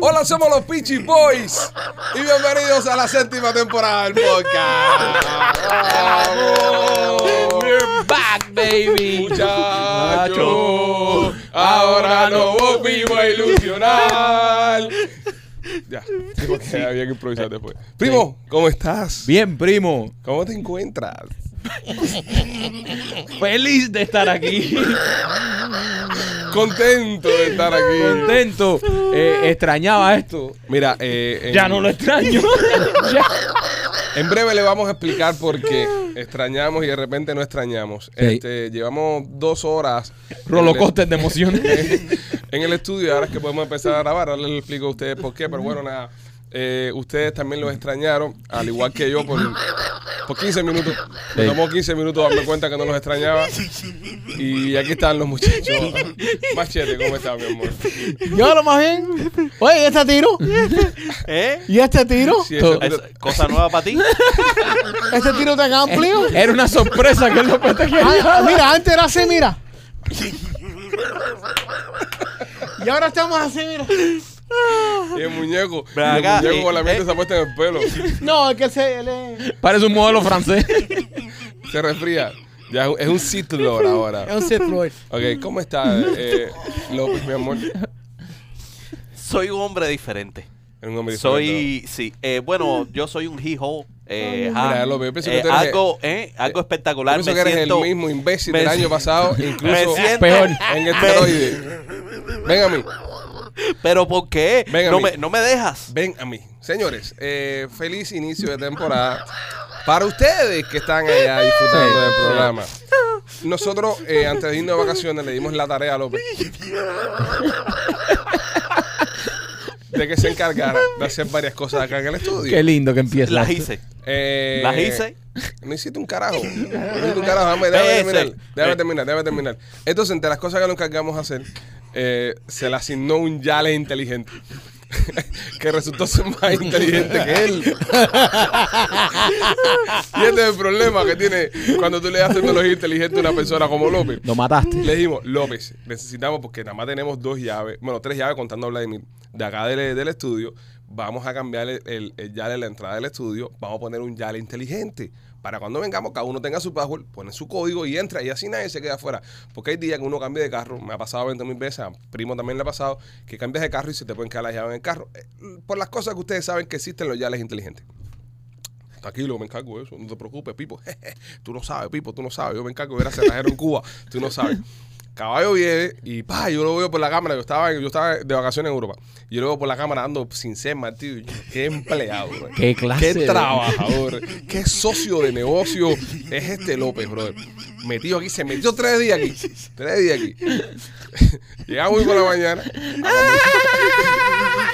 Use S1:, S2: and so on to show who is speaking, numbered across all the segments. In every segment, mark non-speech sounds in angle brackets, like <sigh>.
S1: Hola, somos los Peachy Boys y bienvenidos a la séptima temporada del podcast.
S2: We're back, baby.
S1: Muchachos, ahora no vos vivo a ilusionar. Ya, digo que había que improvisar después. Primo, ¿cómo estás?
S2: Bien, primo.
S1: ¿Cómo te encuentras?
S2: Feliz de estar aquí.
S1: Contento de estar aquí.
S2: Contento. Eh, extrañaba esto.
S1: Mira, eh, en-
S2: Ya no lo extraño. <laughs> Ya.
S1: En breve le vamos a explicar por qué extrañamos y de repente no extrañamos. Este, llevamos dos horas.
S2: Rolocóster de emociones.
S1: en el estudio. Ahora es que podemos empezar a grabar. Ahora les explico a ustedes por qué, pero bueno, nada. Eh, ustedes también los extrañaron, al igual que yo, por, por 15 minutos. Me
S2: Sí.
S1: tomó 15 minutos darme cuenta que no los extrañaba. Y aquí están los muchachos. Machete, ¿cómo estás, mi amor?
S3: Yo lo más bien. Oye, ¿y este tiro?
S4: ¿Eh?
S3: ¿Y este tiro?
S1: Sí,
S2: Todo-
S1: ese-
S4: ¿Es cosa nueva para ti?
S3: ¿Este tiro tan amplio?
S2: Era una sorpresa que él no pensé que
S3: Ah, mira, antes era así, mira. Y ahora estamos así, mira.
S1: y el muñeco. y
S4: Ven
S1: el
S4: acá,
S1: muñeco
S4: eh,
S1: con la mente
S4: eh.
S1: se ha puesto en el pelo.
S3: No, es que él se. él es-
S2: Parece un modelo francés.
S1: Se resfría. Ya es un- es un Citlor ahora.
S3: es un Sith Lord.
S1: Ok, ¿cómo está eh, López, mi amor? Es
S4: <laughs> Soy un hombre diferente.
S1: un hombre diferente.
S4: Soy, sí, eh, bueno, yo soy un hijo. Eh, ja.
S1: Mira, López, yo pienso que
S4: Eh,
S1: tú eres-
S4: algo, eh, algo
S1: Yo
S4: espectacular.
S1: pienso
S4: Me
S1: que eres
S4: siento,
S1: el mismo imbécil del
S4: me-
S1: año pasado,
S4: <laughs> me
S1: incluso
S4: siento,
S2: peor.
S1: en
S4: <laughs>
S1: esteroides. Ven a mí,
S4: pero ¿por qué?
S1: Ven a
S4: No
S1: mí.
S4: me, no me dejas.
S1: ven a mí. Señores, eh, feliz inicio de temporada para ustedes que están allá disfrutando del programa. Nosotros, eh, antes de irnos de vacaciones, le dimos la tarea a
S4: <laughs>
S1: López de que se encargara de hacer varias cosas acá en el estudio.
S2: Qué lindo que empieza.
S4: Las hice.
S1: Eh,
S4: Las hice.
S1: No hiciste un
S4: <laughs>
S1: carajo. No hiciste un carajo. Déjame, déjame
S4: Ese.
S1: terminar. Déjame
S4: Eh.
S1: terminar, déjame terminar. Entonces, entre las cosas que nos encargamos de hacer, eh, se le asignó un Yale inteligente. <laughs> que resultó ser más inteligente que él. <laughs> y este es el problema que tiene cuando tú le das tecnología inteligente a una persona como López.
S2: Lo mataste.
S1: Le dijimos, López, necesitamos, porque nada más tenemos dos llaves, bueno, tres llaves contando a Vladimir, de acá del, del estudio, vamos a cambiar el, el, el yale en la entrada del estudio, vamos a poner un yale inteligente. Para cuando vengamos, cada uno tenga su password, pone su código y entra, y así nadie se queda afuera. Porque hay días que uno cambia de carro, me ha pasado 20 mil veces, a primo también le ha pasado, que cambias de carro y se te pueden quedar las llaves en el carro. Eh, Por las cosas que ustedes saben que existen los yales inteligentes. Tranquilo, me encargo de eso, no te preocupes, Pipo. <laughs> tú no sabes, Pipo, tú no sabes. Yo me encargo, era cerrajero en Cuba, tú no sabes. Caballo viene y pa, yo lo veo por la cámara. Yo estaba, yo estaba de vacaciones en Europa. Yo lo veo por la cámara dando sin ser tío. Yo, Qué empleado, bro.
S2: Qué clase
S1: Qué
S2: de-
S1: trabajador. Qué socio de negocio es este López, brother. Metido aquí, se metió tres días aquí. Tres días aquí. Llegamos hoy por la mañana.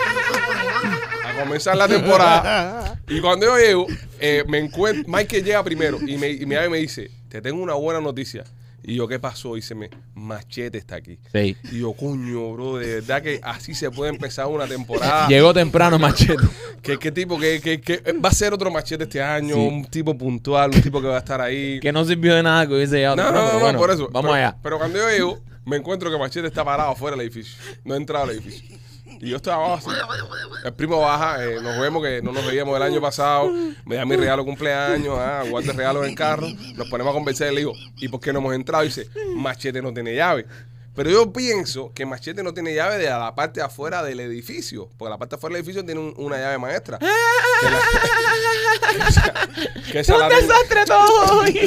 S1: a comenzar la temporada. Y cuando yo llego, eh, me encuentro. Michael llega primero y me, y me llama y me dice: Te tengo una buena noticia. Y yo, ¿qué pasó? Y se me, Machete está aquí.
S2: Sí.
S1: Y yo, coño, bro, de verdad que así se puede empezar una temporada.
S2: Llegó temprano, machete.
S1: ¿Qué, qué tipo? que va a ser otro machete este año?
S2: Sí.
S1: Un tipo puntual, un tipo que va a estar ahí.
S2: Que no sirvió de nada que hubiese llegado.
S1: No, no,
S2: temprano,
S1: no,
S2: pero
S1: no,
S2: bueno,
S1: por eso.
S2: Vamos
S1: Pero-
S2: allá.
S1: Pero cuando yo llego, me encuentro que Machete está parado afuera del edificio. No ha entrado al edificio. Y yo estaba abajo así. El primo baja, eh, nos vemos que no nos veíamos el año pasado. Me da mi regalo de cumpleaños, ah, guarda regalo en el carro. Nos ponemos a conversar y le digo, ¿y por qué no hemos entrado? Y dice, Machete no tiene llave. Pero yo pienso que Machete no tiene llave de la parte de afuera del edificio. Porque la parte de afuera del edificio tiene un- una llave maestra. Que la- que esa- <laughs> que esa la tengo-
S2: todo hoy.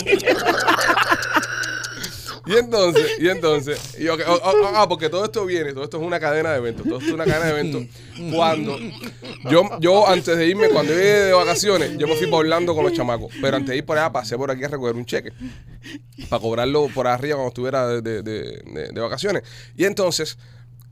S1: y entonces, y entonces, y ok, oh, oh, oh, ah, porque todo esto viene, todo esto es una cadena de eventos, todo esto es una cadena de eventos. Cuando yo, yo antes de irme, cuando yo llegué de vacaciones, yo me fui para Orlando con los chamacos, pero antes de ir por allá pasé por aquí a recoger un cheque para cobrarlo por arriba cuando estuviera de, de- de- de- de vacaciones. Y entonces,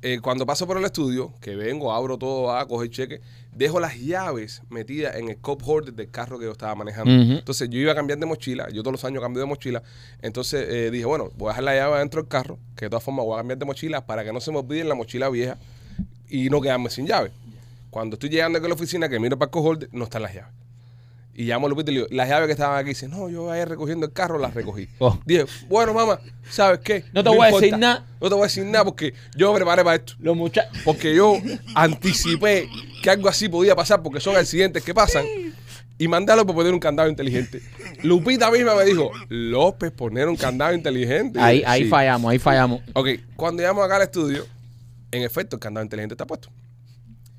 S1: eh, cuando paso por el estudio, que vengo, abro todo, a coger cheque, dejo las llaves metidas en el cup holder del carro que yo estaba manejando.
S2: Ujú.
S1: Entonces, yo iba a cambiar de mochila, yo todos los años cambio de mochila. Entonces, eh, dije, bueno, voy a dejar la llave dentro del carro, que de todas formas voy a cambiar de mochila para que no se me olvide en la mochila vieja y no quedarme sin llave. Cuando estoy llegando aquí a la oficina, que miro para el cup holder, no están las llaves. Y llamo a Lupita y le digo, las llaves que estaban aquí. Dice, no, yo ahí recogiendo el carro las recogí.
S2: <laughs> Oh.
S1: Dije, bueno, mamá, ¿sabes qué?
S2: No te voy a decir nada.
S1: No te voy a decir nada porque yo me preparé para esto.
S2: Los muchachos.
S1: Porque yo anticipé que algo así podía pasar porque son accidentes que pasan. Y mandarlo por poner un candado inteligente. Lupita misma me dijo, López, poner un candado inteligente. Y
S2: Ahí,
S1: yo,
S2: ahí
S1: "Sí".
S2: fallamos, ahí fallamos.
S1: Ok, cuando llegamos acá al estudio, en efecto, el candado inteligente está puesto.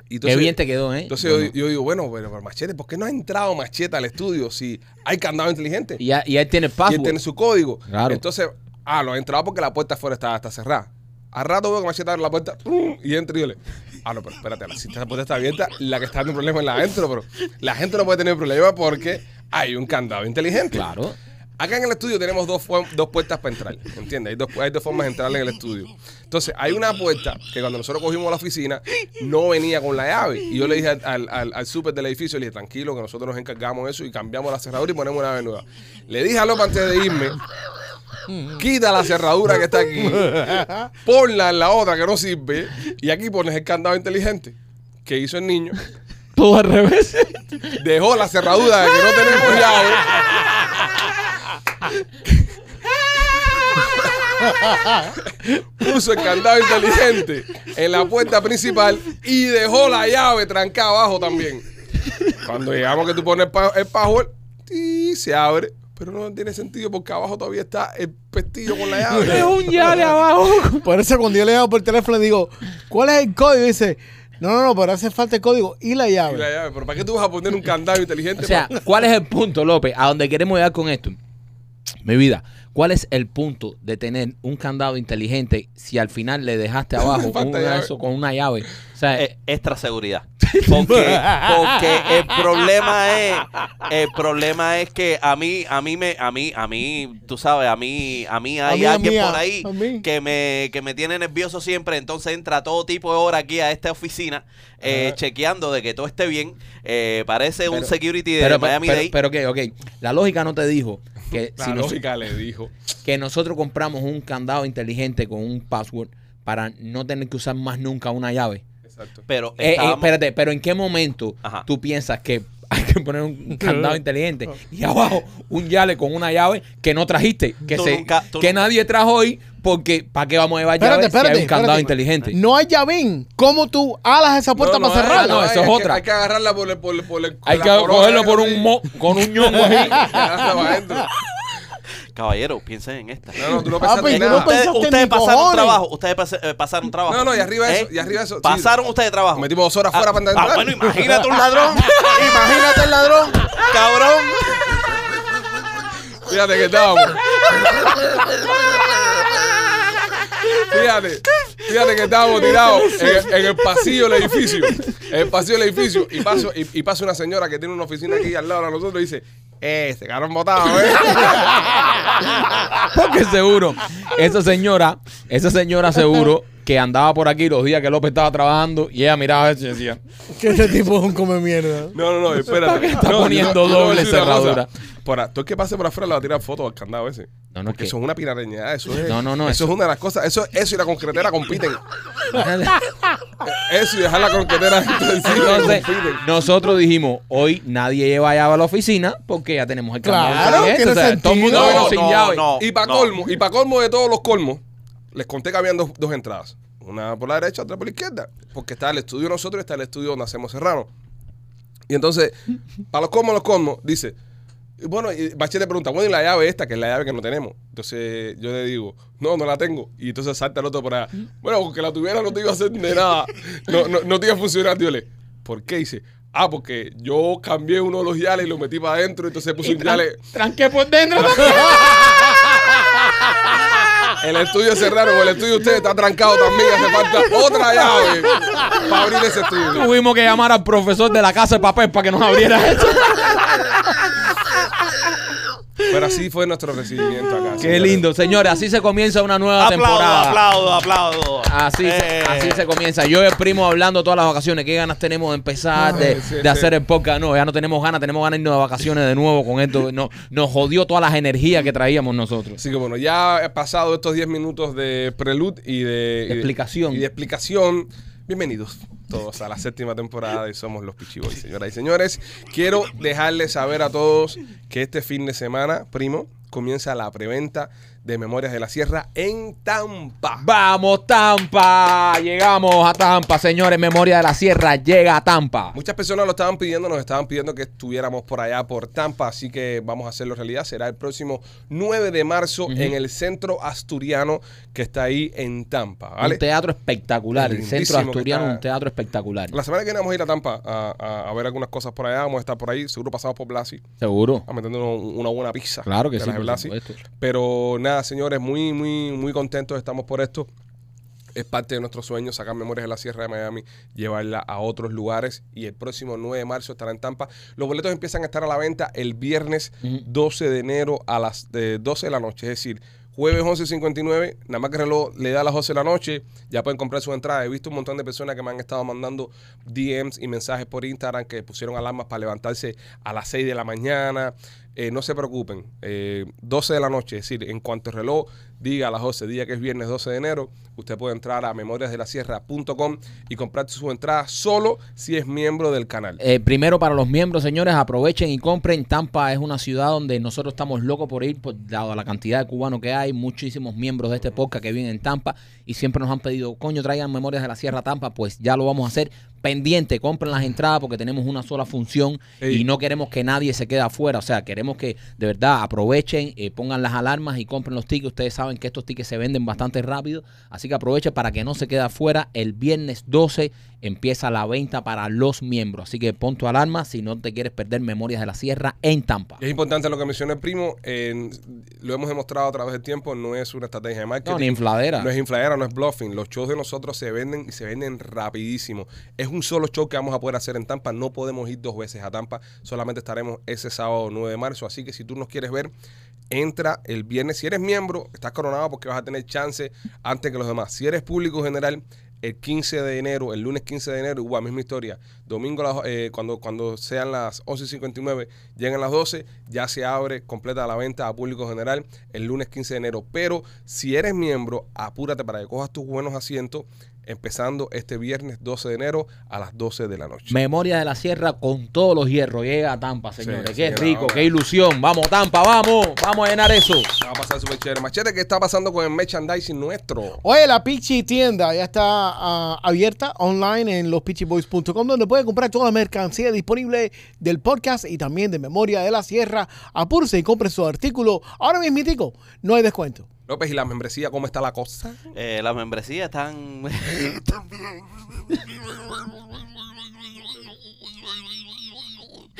S1: Y
S2: Qué bien te quedó, ¿eh?
S1: Entonces
S2: Bueno.
S1: yo, yo digo, bueno, pero, pero Machete, ¿por qué no ha entrado Machete al estudio si hay candado inteligente?
S2: Y, ya- y ahí tiene
S1: Y
S2: password.
S1: él tiene su código.
S2: Claro.
S1: Entonces, ah, lo ha entrado porque la puerta afuera está, está cerrada. Al rato veo que Machete abre la puerta ¡pum! y entra y yo le, ah, no, pero espérate, la, si esta puerta está abierta, la que está dando problema es la adentro, pero la gente no puede tener problema porque hay un candado inteligente.
S2: Claro.
S1: Acá en el estudio tenemos dos, fu- dos puertas para entrar, ¿entiendes? Hay dos, hay dos formas de entrar en el estudio. Entonces, hay una puerta que cuando nosotros cogimos la oficina no venía con la llave. Y yo le dije al, al, al- al súper del edificio, le dije, tranquilo, que nosotros nos encargamos de eso y cambiamos la cerradura y ponemos una llave nueva. Le dije a López antes de irme, quita la cerradura que está aquí, ponla en la otra que no sirve y aquí pones el candado inteligente que hizo el niño
S2: Todo al revés.
S1: dejó la cerradura de que no tenemos llave. Puso el candado inteligente en la puerta principal y dejó la llave trancada abajo también. Cuando llegamos que tú pones el pa- el password, ti, se abre. Pero no tiene sentido porque abajo todavía está el pestillo con la
S2: Es
S1: llave.
S2: un yale abajo.
S3: Por eso cuando yo le llamo por teléfono le digo, ¿cuál es el código? Y dice, no, no, no, pero hace falta el código y la
S1: Y la
S3: llave.
S1: llave, Pero ¿para qué tú vas a poner un candado inteligente?
S2: O sea, ¿cuál es el punto, López? A donde queremos llegar con esto. Mi vida, ¿cuál es el punto de tener un candado inteligente si al final
S1: <laughs>
S2: le dejaste abajo
S1: Falta
S2: un
S1: llave.
S2: ganso con una llave? O sea,
S4: Eh, extra seguridad. Porque, porque el problema es, el problema es que a mí, a mí me, a mí, a mí, tú sabes, a mí, a mí hay
S3: mí, a
S4: alguien
S3: mí, a-
S4: por ahí
S3: a mí.
S4: que me, que me tiene nervioso siempre. Entonces entra todo tipo de hora aquí a esta oficina, eh, chequeando de que todo esté bien. Eh, parece un security de
S2: pero, pero,
S4: Miami Dade.
S2: pero, pero, ok, ok. La lógica no te dijo que,
S1: <laughs> la
S2: si nos-
S1: lógica le dijo.
S2: que nosotros compramos un candado inteligente con un password para no tener que usar más nunca una llave.
S1: Exacto.
S4: Pero,
S2: Eh, eh,
S4: estábamos-
S2: espérate, pero ¿en qué momento
S4: Ajá.
S2: tú piensas que <laughs> hay que poner un candado inteligente y abajo un yale con una llave que no trajiste, que,
S4: Tú
S2: se,
S4: nunca- tú
S2: que
S4: nunca-
S2: nadie trajo hoy, porque ¿para qué vamos a llevar
S3: Espérate,
S2: llave si
S3: espérate,
S2: hay un candado
S3: espérate.
S2: inteligente?
S3: No hay llavín. ¿Cómo tú alas esa puerta para
S1: hay,
S3: cerrarla?
S2: no, eso es
S1: hay que-
S2: otra.
S1: Hay que agarrarla por el. Por, el- por el-
S2: hay
S1: la
S2: que
S1: corona,
S2: cogerlo
S1: ¿eh?
S2: por
S1: Sí.
S2: un mo, con un ñongo
S1: Hay
S4: <laughs>
S2: ahí.
S1: que agarrarla para adentro.
S4: caballero, piensen en esta.
S1: No, no, tú no
S3: Papi,
S1: pensaste en
S3: tú Pues, no
S1: nada.
S3: pensaste
S4: ustedes,
S3: en
S4: ustedes
S3: mis
S4: pasaron
S3: cojones.
S4: trabajo, ustedes pas- eh, pasaron trabajo.
S1: No, no, y arriba eso,
S4: ¿Eh?
S1: y arriba eso. sí.
S4: Pasaron ustedes trabajo.
S1: Metimos dos horas fuera para andar.
S4: Ah, bueno, imagínate
S1: <laughs>
S4: un ladrón. imagínate el ladrón. Cabrón.
S1: Fíjate que estábamos. Fíjate, fíjate que estábamos tirados en, en el pasillo del edificio. En el pasillo del edificio. Y pasa y, y pasa una señora que tiene una oficina aquí al lado de nosotros y dice: Eh, se quedaron botados, ¿eh?
S2: Porque seguro, esa señora, esa señora seguro que andaba por aquí los días que López estaba trabajando y ella miraba eso y
S3: <laughs>
S2: decía,
S3: Que este tipo es un come mierda.
S1: No, no, no, espérate.
S2: está
S1: No,
S2: poniendo
S1: yo- yo voy a
S2: doble
S1: decir una
S2: cerradura.
S1: cosa. Para, tú el que pase por afuera le va a tirar fotos al candado ese.
S2: No, no,
S1: Porque
S2: ¿qué?
S1: eso es una pirareñada, eso es.
S2: No, no, no,
S1: Eso,
S2: eso-
S1: es una de las cosas. Eso, eso y la concretera compiten. Eso y dejar la concretera dentro del sitio,
S2: Entonces,
S1: compiten.
S2: nosotros dijimos, hoy nadie lleva llave a la oficina porque ya tenemos el candado
S3: Claro,
S2: inteligente.
S3: tiene
S2: O sea, todo el mundo
S1: sentido.
S2: vino
S1: No,
S2: sin
S4: no,
S2: llave.
S4: no.
S1: Y para colmo, y para colmo de todos los colmos, les conté que habían dos, dos entradas. Una por la derecha, otra por la izquierda. Porque está el estudio de nosotros y está el estudio donde hacemos Serrano. Y entonces, para los colmos, los colmos, dice. y Bueno, y Machete pregunta, bueno, y la llave esta, que es la llave que no tenemos. Entonces yo le digo, no, no la tengo. Y entonces salta el otro para, bueno, porque la tuviera no te iba a hacer de nada. No, no, no te iba a funcionar. Yo le, ¿por qué? Dice, ah, porque yo cambié uno de los yales y lo metí para adentro. Entonces puse un yale.
S2: Tranqué por dentro.
S1: El estudio cerraron, el estudio de ustedes está trancado también. Hace falta otra llave para abrir ese estudio.
S2: Tuvimos que llamar al profesor de la casa de papel para que nos abriera esto.
S1: Pero así fue nuestro recibimiento acá.
S2: Qué
S1: señores.
S2: lindo, señores. Así se comienza una nueva temporada.
S4: Aplaudo, aplaudo, aplaudo.
S2: Así, se,
S4: Eh.
S2: así se comienza. Yo y el primo hablando todas las vacaciones. ¿Qué ganas tenemos de empezar, de,
S1: Ay, sí,
S2: de
S1: sí.
S2: hacer el podcast? No, ya no tenemos ganas. Tenemos ganas de irnos de vacaciones de nuevo con esto. No, nos jodió todas las energías que traíamos nosotros.
S1: Así que bueno, ya he pasado estos 10 minutos de prelude y de, y de-
S2: explicación.
S1: Y de explicación. Bienvenidos todos a la séptima temporada de Somos los Pichiboy, señoras y señores. Quiero dejarles saber a todos que este fin de semana, primo, comienza la preventa de Memorias de la Sierra en Tampa.
S2: Vamos, Tampa. Llegamos a Tampa, señores. Memoria de la Sierra llega a Tampa.
S1: Muchas personas lo estaban pidiendo, nos estaban pidiendo que estuviéramos por allá por Tampa, así que vamos a hacerlo realidad. Será el próximo 9 de marzo en el Centro Asturiano que está ahí en Tampa, ¿vale?
S2: Un teatro espectacular. El centro
S1: Lindísimo que
S2: asturiano,
S1: está.
S2: un teatro espectacular.
S1: La semana que viene vamos a ir a Tampa a, a- a ver algunas cosas por allá, vamos a estar por ahí, seguro pasamos por Blasi,
S2: Seguro.
S1: a meternos una buena pizza.
S2: Claro que
S1: de
S2: sí.
S1: las de
S2: por
S1: Blasi.
S2: supuesto.
S1: Pero nada, señores, muy, muy, muy contentos estamos por esto. Es parte de nuestro sueño sacar Memorias de la Sierra de Miami, llevarla a otros lugares. Y el próximo 9 de marzo estará en Tampa. Los boletos empiezan a estar a la venta el viernes 12 de enero a las eh, 12 de la noche. Es decir, jueves 11.59, nada más que el reloj le da a las 12 de la noche, ya pueden comprar su entrada. He visto un montón de personas que me han estado mandando DMs y mensajes por Instagram que pusieron alarmas para levantarse a las 6 de la mañana. Eh, no se preocupen, eh, 12 de la noche, es decir, en cuanto el reloj diga a las 12, día que es viernes 12 de enero, usted puede entrar a memoriasdelasierra.com y comprar su entrada solo si es miembro del canal.
S2: Eh, primero para los miembros, señores, aprovechen y compren. Tampa es una ciudad donde nosotros estamos locos por ir, por, dado la cantidad de cubanos que hay, muchísimos miembros de este podcast que viven en Tampa y siempre nos han pedido, coño, traigan Memorias de la Sierra a Tampa, pues ya lo vamos a hacer. Pendiente, compren las entradas porque tenemos una sola función
S1: Ey.
S2: y no queremos que nadie se quede afuera. O sea, queremos que de verdad aprovechen, eh, pongan las alarmas y compren los tickets. Ustedes saben que estos tickets se venden bastante rápido, así que aprovechen para que no se quede afuera. El viernes 12 empieza la venta para los miembros. Así que pon tu alarma si no te quieres perder Memorias de la Sierra en Tampa.
S1: Y Es importante lo que mencionó el primo, en- lo hemos demostrado a través del tiempo, no es una estrategia de marketing.
S2: No, ni infladera.
S1: No es infladera, no es bluffing. Los shows de nosotros se venden y se venden rapidísimo. Es un solo show que vamos a poder hacer en Tampa. No podemos ir dos veces a Tampa. Solamente estaremos ese sábado 9 de marzo. Así que si tú nos quieres ver, entra el viernes. Si eres miembro, estás coronado porque vas a tener chance antes que los demás. Si eres público general, el 15 de enero, el lunes 15 de enero, igual, misma historia. Domingo, a las- eh, cuando, cuando sean las 11.59, llegan las 12, ya se abre completa la venta a público general el lunes 15 de enero. Pero si eres miembro, apúrate para que cojas tus buenos asientos, empezando este viernes 12 de enero a las 12 de la noche.
S2: Memorias de la Sierra con todos los hierros. Llega a Tampa, señores.
S1: Sí,
S2: qué
S1: sí,
S2: rico,
S1: ahora.
S2: qué ilusión. Vamos, Tampa, vamos. Vamos a llenar eso.
S1: Va a pasar súper chévere. Machete, ¿qué está pasando con el merchandising nuestro?
S3: Oye, la Pichi tienda ya está ah, abierta online en lospichiboys.com, donde puede comprar toda la mercancía disponible del podcast y también de Memoria de la Sierra. Apúrese y compre su artículo ahora mismitico. No hay descuento.
S1: López, ¿y la membresía cómo está la cosa?
S4: Eh, las
S2: <laughs>
S4: membresías están. <laughs>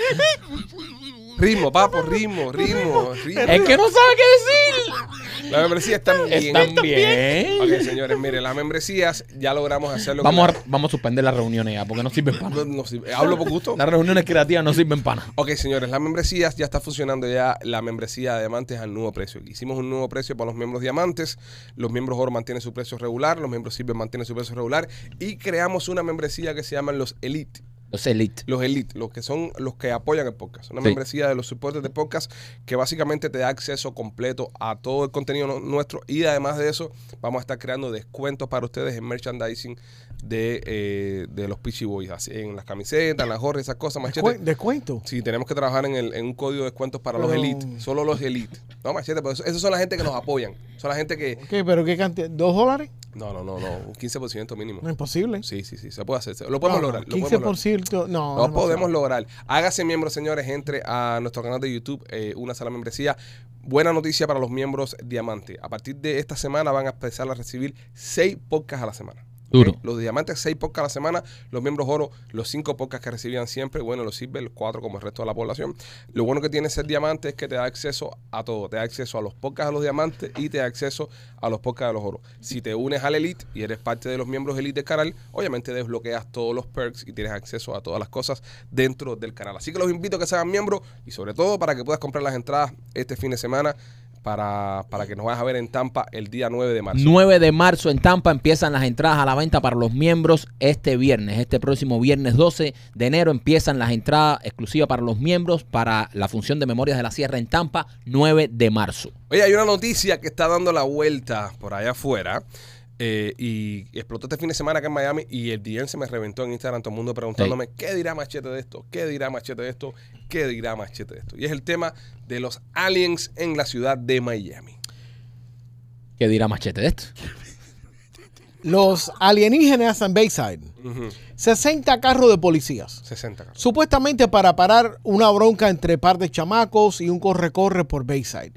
S1: Ritmo, papo, ritmo, ritmo, ritmo.
S2: Es que no sabe qué
S1: La membresía está
S2: decir.
S1: bien.
S2: Están bien.
S1: Ok, señores, mire, las membresías ya logramos hacerlo.
S2: Vamos a, vamos a suspender las reuniones ya, porque no sirven para
S1: No,
S2: nada.
S1: no, sí, hablo por gusto.
S2: Las reuniones creativas no sirven para nada.
S1: Ok, señores, las membresías ya está funcionando ya la membresía de diamantes al nuevo precio. Hicimos un nuevo precio para los miembros diamantes, los miembros oro mantienen su precio regular, los miembros silver mantienen su precio regular y creamos una membresía que se llaman los elite.
S2: Los Elite.
S1: Los Elite, los que son los que apoyan el podcast. Una
S2: Sí.
S1: membresía de los soportes de podcast que básicamente te da acceso completo a todo el contenido no- nuestro. Y además de eso, vamos a estar creando descuentos para ustedes en merchandising de, eh, de los Peachy Boys. así, en las camisetas, en las gorras, esas cosas,
S3: Descuen-
S1: machete.
S3: descuento.
S1: Sí, tenemos que trabajar en, el- en un código de descuentos para los
S3: Pero-
S1: Elite. Solo los Elite. No, machete, pero eso- esos son la gente que nos apoyan. Son la gente que...
S3: ¿Qué, pero qué cantidad? ¿Dos dólares?
S1: No, no, no, no. Un 15% mínimo.
S3: No es imposible.
S1: Sí, sí, sí. Se puede hacer. se- Lo podemos
S3: No, no,
S1: lograr. lo podemos lograr.
S3: 15%.
S1: No
S3: No, demasiado.
S1: podemos lograr. Hágase miembro, señores. Entre a nuestro canal de YouTube, eh, una sala membresía. Buena noticia para los miembros diamante. A partir de esta semana van a empezar a recibir seis podcasts a la semana.
S2: Duro.
S1: ¿Ok? Los diamantes, seis podcasts a la semana. Los miembros oro, los cinco podcasts que recibían siempre. Bueno, los silver, los cuatro como el resto de la población. Lo bueno que tiene ser diamante es que te da acceso a todo. Te da acceso a los podcasts de los diamantes y te da acceso a los podcasts de los oros. Si te unes al Elite y eres parte de los miembros Elite del canal, obviamente desbloqueas todos los perks y tienes acceso a todas las cosas dentro del canal. Así que los invito a que se hagan miembros y sobre todo para que puedas comprar las entradas este fin de semana para, para que nos vayas a ver en Tampa el día 9 de marzo.
S2: 9 de marzo en Tampa empiezan las entradas a la venta para los miembros este viernes. Este próximo viernes 12 de enero empiezan las entradas exclusivas para los miembros para la función de Memorias de la Sierra en Tampa, 9 de marzo.
S1: Oye, hay una noticia que está dando la vuelta por allá afuera. eh, y explotó este fin de semana acá en Miami y el DM se me reventó en Instagram todo el mundo preguntándome qué dirá Machete de esto, qué dirá Machete de esto, qué dirá Machete de esto. Y es el tema de los aliens en la ciudad de Miami.
S2: ¿Qué dirá Machete de esto?
S3: Los alienígenas en Bayside.
S1: Ujú.
S3: 60 carros de policías.
S1: 60 carros.
S3: Supuestamente para parar una bronca entre par de chamacos y un corre-corre por Bayside.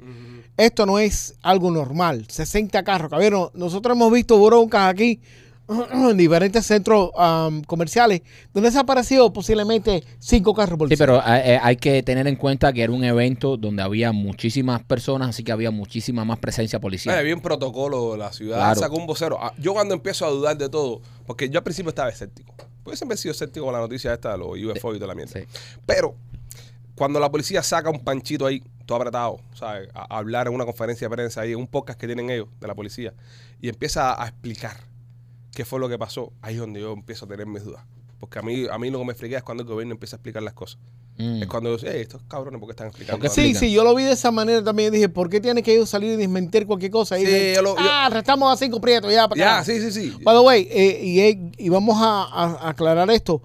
S3: Esto no es algo normal. 60 carros. Cabrón, nosotros hemos visto broncas aquí <clears throat> en diferentes centros am, comerciales donde se han aparecido posiblemente 5 carros
S2: Sí,
S3: policías.
S2: pero eh, eh, hay que tener en cuenta que era un evento donde había muchísimas personas, así que había muchísima más presencia policial.
S1: Había un protocolo de la ciudad,
S2: Claro.
S1: sacó un vocero. Ah, Yo cuando empiezo a dudar de todo, porque yo al principio estaba escéptico. Pues siempre he sido escéptico con la noticia esta de los UFO y toda la mierda.
S2: Sí.
S1: Pero cuando la policía saca un panchito ahí, todo apretado, ¿sabes? A, a hablar en una conferencia de prensa ahí, en un podcast que tienen ellos de la policía, y empieza a, a explicar qué fue lo que pasó, ahí es donde yo empiezo a tener mis dudas. Porque a mí, a mí lo que me friquea es cuando el gobierno empieza a explicar las cosas.
S2: Mm.
S1: Es cuando yo digo, "Ey, estos cabrones, ¿por qué están explicando?
S2: Porque
S1: tanto?"
S3: Sí,
S2: explica.
S3: sí, yo lo vi de esa manera también. Dije, ¿por qué tienen que ellos salir y desmentir cualquier cosa? Y
S1: Sí,
S3: dije,
S1: yo lo- yo-
S3: ah, arrestamos a cinco prietos ya. para
S1: Ya,
S3: carajo".
S1: sí, sí, sí.
S3: By the way, eh, y, eh, y vamos a, a- a aclarar esto.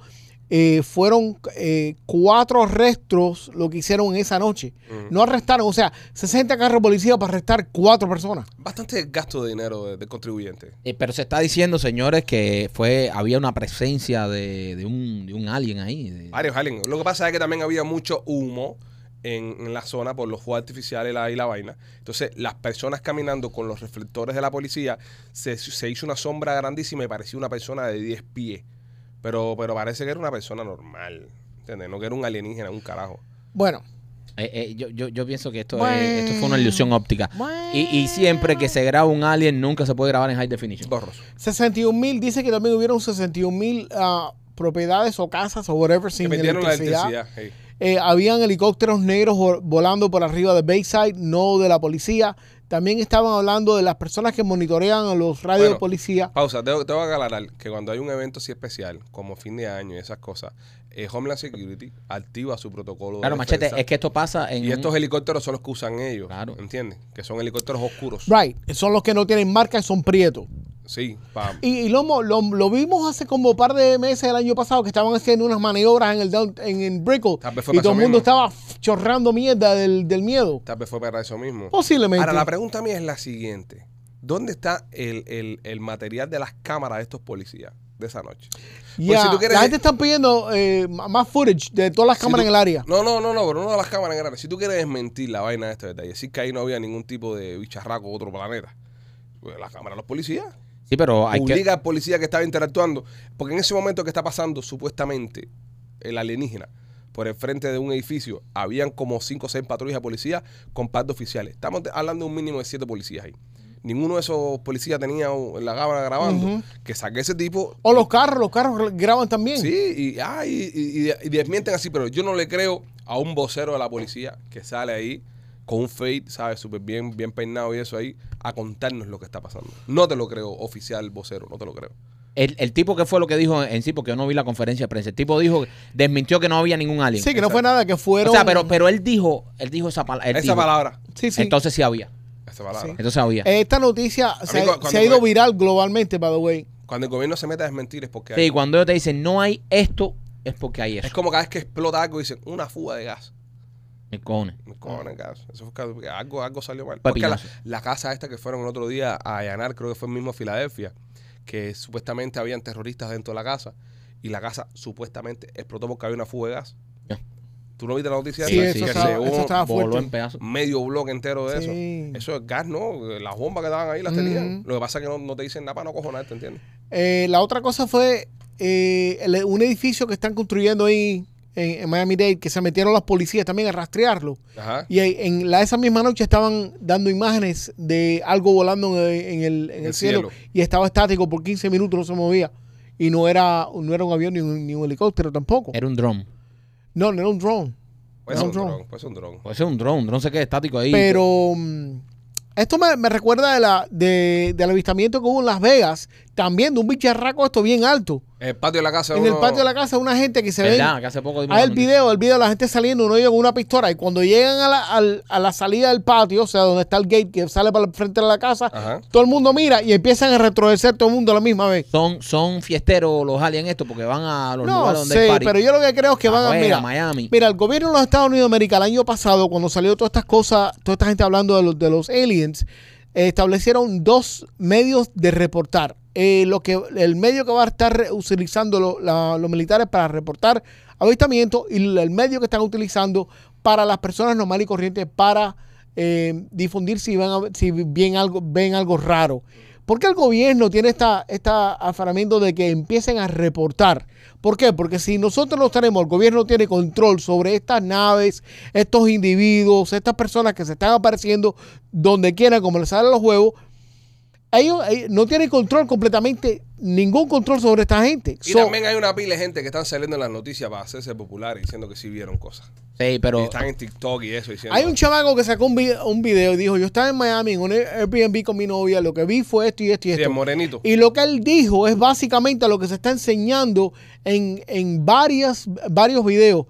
S3: Eh, fueron eh, cuatro arrestos lo que hicieron esa noche.
S1: Mm.
S3: No arrestaron, o sea, 60 carros policías para arrestar cuatro personas.
S1: Bastante gasto de dinero de- del contribuyente.
S2: Eh, pero se está diciendo, señores, que fue había una presencia de, de un, de un alien ahí. de-
S1: Varios aliens. Lo que pasa es que también había mucho humo en, en la zona por los fuegos artificiales la- y la vaina. Entonces, las personas caminando con los reflectores de la policía, se, se hizo una sombra grandísima y parecía una persona de 10 pies. Pero, pero parece que era una persona normal. ¿Entiendes? No que era un alienígena, un carajo.
S3: Bueno,
S2: Eh, eh, yo, yo, yo pienso que esto,
S3: Bueno.
S2: es- esto fue una ilusión óptica.
S3: Bueno.
S2: Y, y siempre que se graba un alien, nunca se puede grabar en high definition.
S1: Borroso.
S3: 61 mil, dice que también hubieron 61 mil ah, propiedades o casas o whatever
S1: Que
S3: sin
S1: metieron la
S3: electricidad.
S1: electricidad. hey.
S3: Eh, habían helicópteros negros vo- volando por arriba de Bayside, no de la policía. También estaban hablando de las personas que monitorean a los radios
S1: Bueno,
S3: de policía.
S1: Pausa, tengo, tengo que aclarar que cuando hay un evento así especial, como fin de año y esas cosas, eh, Homeland Security activa su protocolo. de
S2: Claro, machete,
S1: defensa.
S2: es que esto pasa en.
S1: Y
S2: un-
S1: estos helicópteros son los que usan ellos.
S2: Claro.
S1: ¿Entiendes? Que son helicópteros oscuros.
S3: Right, son los que no tienen marca y son prietos.
S1: Sí, pam.
S3: Y, y lo, mo- lo, lo vimos hace como par de meses el año pasado que estaban haciendo unas maniobras en el down, en, en Brickell
S1: Tal vez fue
S3: y
S1: para
S3: todo el
S1: eso mismo.
S3: mundo estaba f- chorrando mierda del, del miedo.
S1: Tal vez fue para eso mismo.
S3: Oh, Posiblemente.
S1: Ahora, la pregunta mía es la siguiente. ¿Dónde está el, el- el material de las cámaras de estos policías de esa noche? Porque
S3: Ya,
S1: si tú quieres-
S3: la gente está pidiendo eh, ma- más footage de todas las
S1: Si
S3: cámaras
S1: tú-
S3: en el área.
S1: No, no, no, no, pero no de las cámaras grandes. Si tú quieres desmentir la vaina de este detalle, decir que ahí no había ningún tipo de bicharraco de otro planeta. Pues, la cámara de los policías.
S2: Sí, pero hay que.
S1: Obliga al policía que estaba interactuando. Porque en ese momento que está pasando, supuestamente, el alienígena, por el frente de un edificio, habían como 5 o 6 patrullas de policía con par de oficiales. Estamos de- hablando de un mínimo de 7 policías ahí. Ninguno de esos policías tenía o- la cámara grabando.
S3: Ujú. Oh,
S1: Que saque ese tipo.
S3: O los carros, los carros graban también.
S1: Sí, y, ah, y- y- y- y desmienten así, pero yo no le creo a un vocero de la policía que sale ahí con un fade, ¿sabes? Súper bien, bien peinado y eso ahí, a contarnos lo que está pasando. No te lo creo, oficial vocero, no te lo creo.
S2: El, el tipo que fue lo que dijo en sí, porque yo no vi la conferencia de prensa. El tipo dijo, desmintió que no había ningún alien.
S3: Sí, que no fue nada, que fueron.
S2: o sea, pero, pero él dijo, él dijo esa, pala- él
S1: Esa
S2: dijo,
S1: palabra.
S3: Sí, Eh, sí.
S2: Entonces sí había.
S1: Esa palabra.
S2: Entonces había.
S3: Esta noticia se,
S1: cu-
S3: ha,
S1: cuando
S3: se ha ido
S1: fue-
S3: viral globalmente, by the way.
S1: Cuando el gobierno se mete a desmentir es porque
S2: Sí,
S1: hay-
S2: cuando ellos te dicen no hay esto, es porque hay
S1: es
S2: eso.
S1: como cada vez que explota algo dicen una fuga de gas.
S2: Me cojones.
S1: Me cojones,
S2: Mm.
S1: gas. Eso fue que algo, algo salió mal. Porque la,
S2: Pepinazo.
S1: la casa esta que fueron el otro día a allanar, creo que fue el mismo Filadelfia, que supuestamente habían terroristas dentro de la casa y la casa supuestamente explotó porque había una fuga de gas.
S2: Ya.
S1: ¿Tú no viste la noticia?
S3: Sí,
S1: esa?
S3: eso
S1: Que
S3: estaba-
S1: según
S3: eso estaba
S2: Voló
S3: fuerte.
S2: en pedazos.
S1: medio bloque entero de
S3: Sí.
S1: eso. Eso es gas, ¿no? Las bombas que estaban ahí las tenían.
S3: Ujú.
S1: Lo que pasa es que no, no te dicen nada para no cojonarte, ¿entiendes?
S3: Eh, la otra cosa fue eh, el- un edificio que están construyendo ahí en, Miami Dade, que se metieron las policías también a rastrearlo.
S1: Ajá.
S3: Y ahí- en la, esa misma noche estaban dando imágenes de algo volando en, el- en el, en
S1: En
S3: el
S1: el
S3: cielo,
S1: cielo.
S3: y estaba estático por 15 minutos, no se movía. Y no era, no era un avión ni un, ni un helicóptero tampoco.
S2: Era un dron.
S3: No, no era un drone.
S1: Puede
S3: Era
S1: ser Pues un
S3: un dron.
S1: dron, puede ser un dron.
S2: Puede ser un dron, un dron se queda estático ahí.
S3: Pero mm, esto me, me recuerda de la, de- del avistamiento que hubo en Las Vegas también de un bicharraco esto bien alto.
S1: En el patio de la casa.
S3: En el patio de la casa una gente que se ve...
S2: ¿Verdad? Que hace poco dimos
S3: Ah, el
S2: la
S3: video, el video, la gente saliendo, uno llega con una pistola y cuando llegan a la, al- a la salida del patio, o sea, donde está el gate que sale para el frente de la casa,
S2: Ah.
S1: Ajá.
S3: todo el mundo mira y empiezan a retroceder todo el mundo a la misma vez.
S2: son, son fiesteros los aliens estos porque van a los
S3: No
S2: lugares donde
S3: sé,
S2: hay party.
S3: pero yo lo que creo es que
S2: La
S3: van a...
S2: Juega,
S3: Mira,
S2: Miami.
S3: mira, el gobierno de los Estados Unidos de América el año pasado, cuando salió todas estas cosas, toda esta gente hablando de los, de los aliens, eh, establecieron dos medios de reportar. Eh, lo que, el medio que va a estar re- utilizando lo- la- los militares para reportar avistamientos y el medio que están utilizando para las personas normales y corrientes para eh, difundir si, van a, ver- si bien algo, ven algo raro. ¿Por qué el gobierno tiene esta, esta afanamiento de que empiecen a reportar? ¿Por qué? Porque si nosotros no tenemos, el gobierno tiene control sobre estas naves, estos individuos, estas personas que se están apareciendo donde quiera, como les salen los huevos, ellos, eh, no tienen control completamente, ningún control sobre esta gente.
S1: Y
S3: So,
S1: también hay una pila de gente que están saliendo en las noticias para hacerse populares diciendo que sí vieron cosas.
S2: Sí, pero
S1: y están en TikTok y eso diciendo.
S3: Hay un chamaco que sacó un, vi- un video y dijo, yo estaba en Miami en un Airbnb con mi novia, lo que vi fue esto y esto y
S1: Sí,
S3: esto.
S1: el morenito.
S3: Y lo que él dijo es básicamente lo que se está enseñando en, en varias, varios videos.